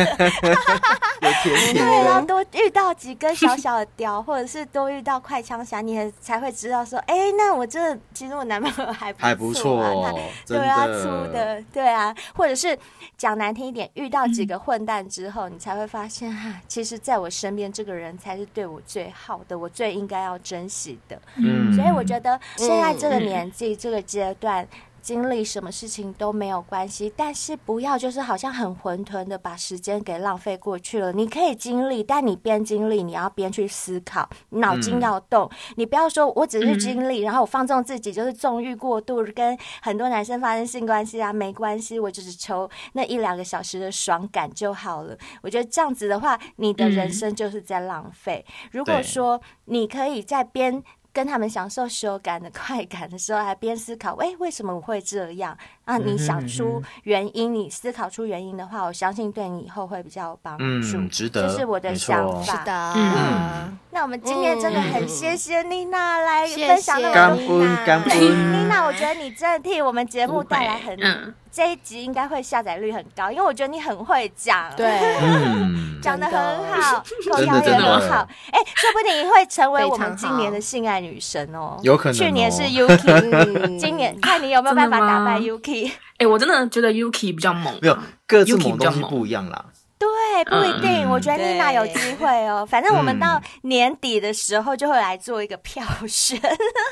S4: 有甜
S3: 对
S4: 甜
S3: 啊，
S4: 的，
S3: 多遇到几根小小的雕，或者是多遇到快枪侠，你也才会知道说，哎、那我这其实我男朋友还不
S4: 还不
S3: 错、
S4: 错
S3: 啊，他
S4: 哦，真
S3: 对
S4: 的。
S3: 啊，粗的，对啊，或者是讲难听一点，遇到几个混蛋之后，你才会发现哈、啊，其实在我身边这个人才是对我最好的，我最应该要珍惜的。
S4: 嗯
S3: 所以我觉得现在这个年纪、这个阶段。经历什么事情都没有关系，但是不要就是好像很混沌的把时间给浪费过去了。你可以经历，但你边经历你要边去思考，脑筋要动。你不要说我只是经历，然后我放纵自己就是纵欲过度，跟很多男生发生性关系啊，没关系，我只是求那一两个小时的爽感就好了。我觉得这样子的话，你的人
S5: 嗯
S3: 生就是在浪费。如果
S4: 对
S3: 说你可以在边跟他们享受羞感的快感的时候，还边思考，哎、为什么我会这样
S4: 嗯
S3: 啊？你想出原因，你思考出原因的话，我相信对你以后会比较有帮助。
S4: 嗯，值得，
S3: 这是我的
S4: 没错
S3: 想法
S2: 是的，
S4: 嗯
S3: 那我们今天真的很谢谢妮娜来
S2: 谢谢
S3: 哎分享那
S4: 感
S3: 么多。
S4: 恩感
S3: 妮
S4: 恩，
S3: 娜，我觉得你真的替我们节目带来很，
S5: 嗯
S3: 这一集应该会下载率很高，因为我觉得你很会讲。
S2: 对，
S4: 嗯，
S3: 讲的很好，口
S4: 真
S3: 条
S4: 的
S3: 也
S4: 真的
S3: 很好，哎、说不定你会成为
S2: 非
S3: 我们
S2: 常
S3: 今年
S2: 好
S3: 的性爱女神哦。
S4: 有可能
S3: 去年是
S4: 哦
S3: Yuki，
S2: 嗯
S3: 今年看你有没有办法打败 Yuki。
S5: 哎，我真的觉得 Yuki 比较猛啊，
S4: 没有各自
S5: Yuki
S4: 某
S5: 比较
S4: 东西
S5: 猛
S4: 不一样啦。
S3: 对，不一定，
S4: 嗯
S3: 我觉得
S2: 对
S3: 妮娜有机会哦。反正我们
S4: 嗯
S3: 到年底的时候就会来做一个票 选，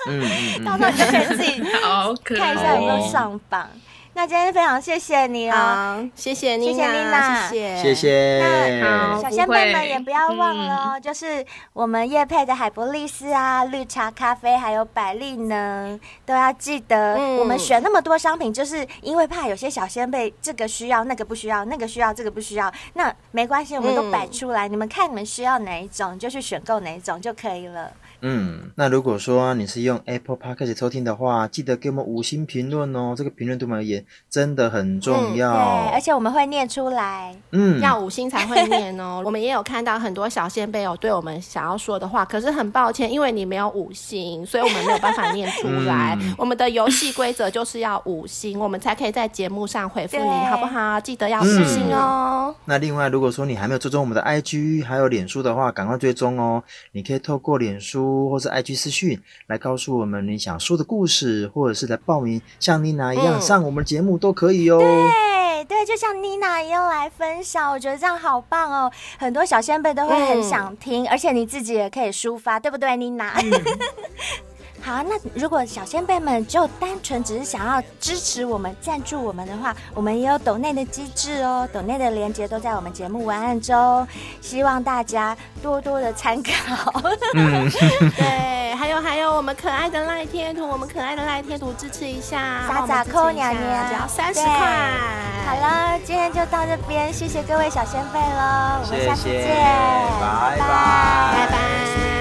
S4: 嗯嗯
S3: 哦 到
S4: 嗯，
S3: 时候你就可以自己
S5: 好可
S3: 看
S5: 爱
S3: 一下有没有
S4: 哦
S3: 上榜。那今天非常谢谢你哦，
S2: 好，谢谢
S3: 谢
S2: 妮
S3: 谢妮娜
S2: 娜，谢
S4: 谢谢
S3: 那，
S5: 好
S3: 小
S5: 不
S3: 先辈们
S5: 会
S3: 也不要忘了哦，就是我们叶配的海博利斯啊、绿茶咖啡还有百利呢，都要记得。
S2: 嗯
S3: 我们选那么多商品，就是因为怕有些小先辈这个需要、那个不需要、那个需要、这个不需要。那没关系，我们都摆出来，你们看你们需要哪一种，你就去选购哪一种就可以了。
S4: 嗯，那如果说你是用 Apple Podcast 收听的话，记得给我们五星评论哦，这个评论对我们而言真的很重要。
S3: 嗯对，而且我们会念出来。
S4: 嗯，
S2: 要五星才会念 哦。我们也有看到很多小先辈有对我们想要说的话，可是很抱歉，因为你没有五星，所以我们没有办法念出来。
S4: 嗯
S2: 我们的游戏规则就是要五星，我们才可以在节目上回复你，
S3: 对
S2: 好不好？记得要五星哦。
S4: 那另外，如果说你还没有追踪我们的 IG 还有脸书的话，赶快追踪哦！你可以透过脸书或是 IG 私讯来告诉我们你想说的故事，或者是来报名像妮娜一样、
S2: 嗯
S4: 上我们节目都可以哦。
S3: 对对，就像妮娜一样来分享，我觉得这样好棒哦！很多小先辈都会很想听，而且你自己也可以抒发，对不对，妮娜？ 好，那如果小先辈们就单纯只是想要支持我们、赞助我们的话，我们也有抖内的机制哦，抖内的连接都在我们节目文案中，希望大家多多的参考。
S4: 嗯
S2: 对，还有还有我们可爱的赖贴图，我们可爱的赖贴图支持一下，
S3: 傻
S2: 啊帮我
S3: 傻
S2: 们支持一
S3: 扣
S2: 下
S3: 娘娘
S2: 只要三十
S3: 对
S2: 块。
S3: 好了，今天就到这边，谢谢各位小先辈喽，我们下次
S4: 谢谢
S3: 见，
S4: 拜拜
S3: 拜
S2: 拜拜。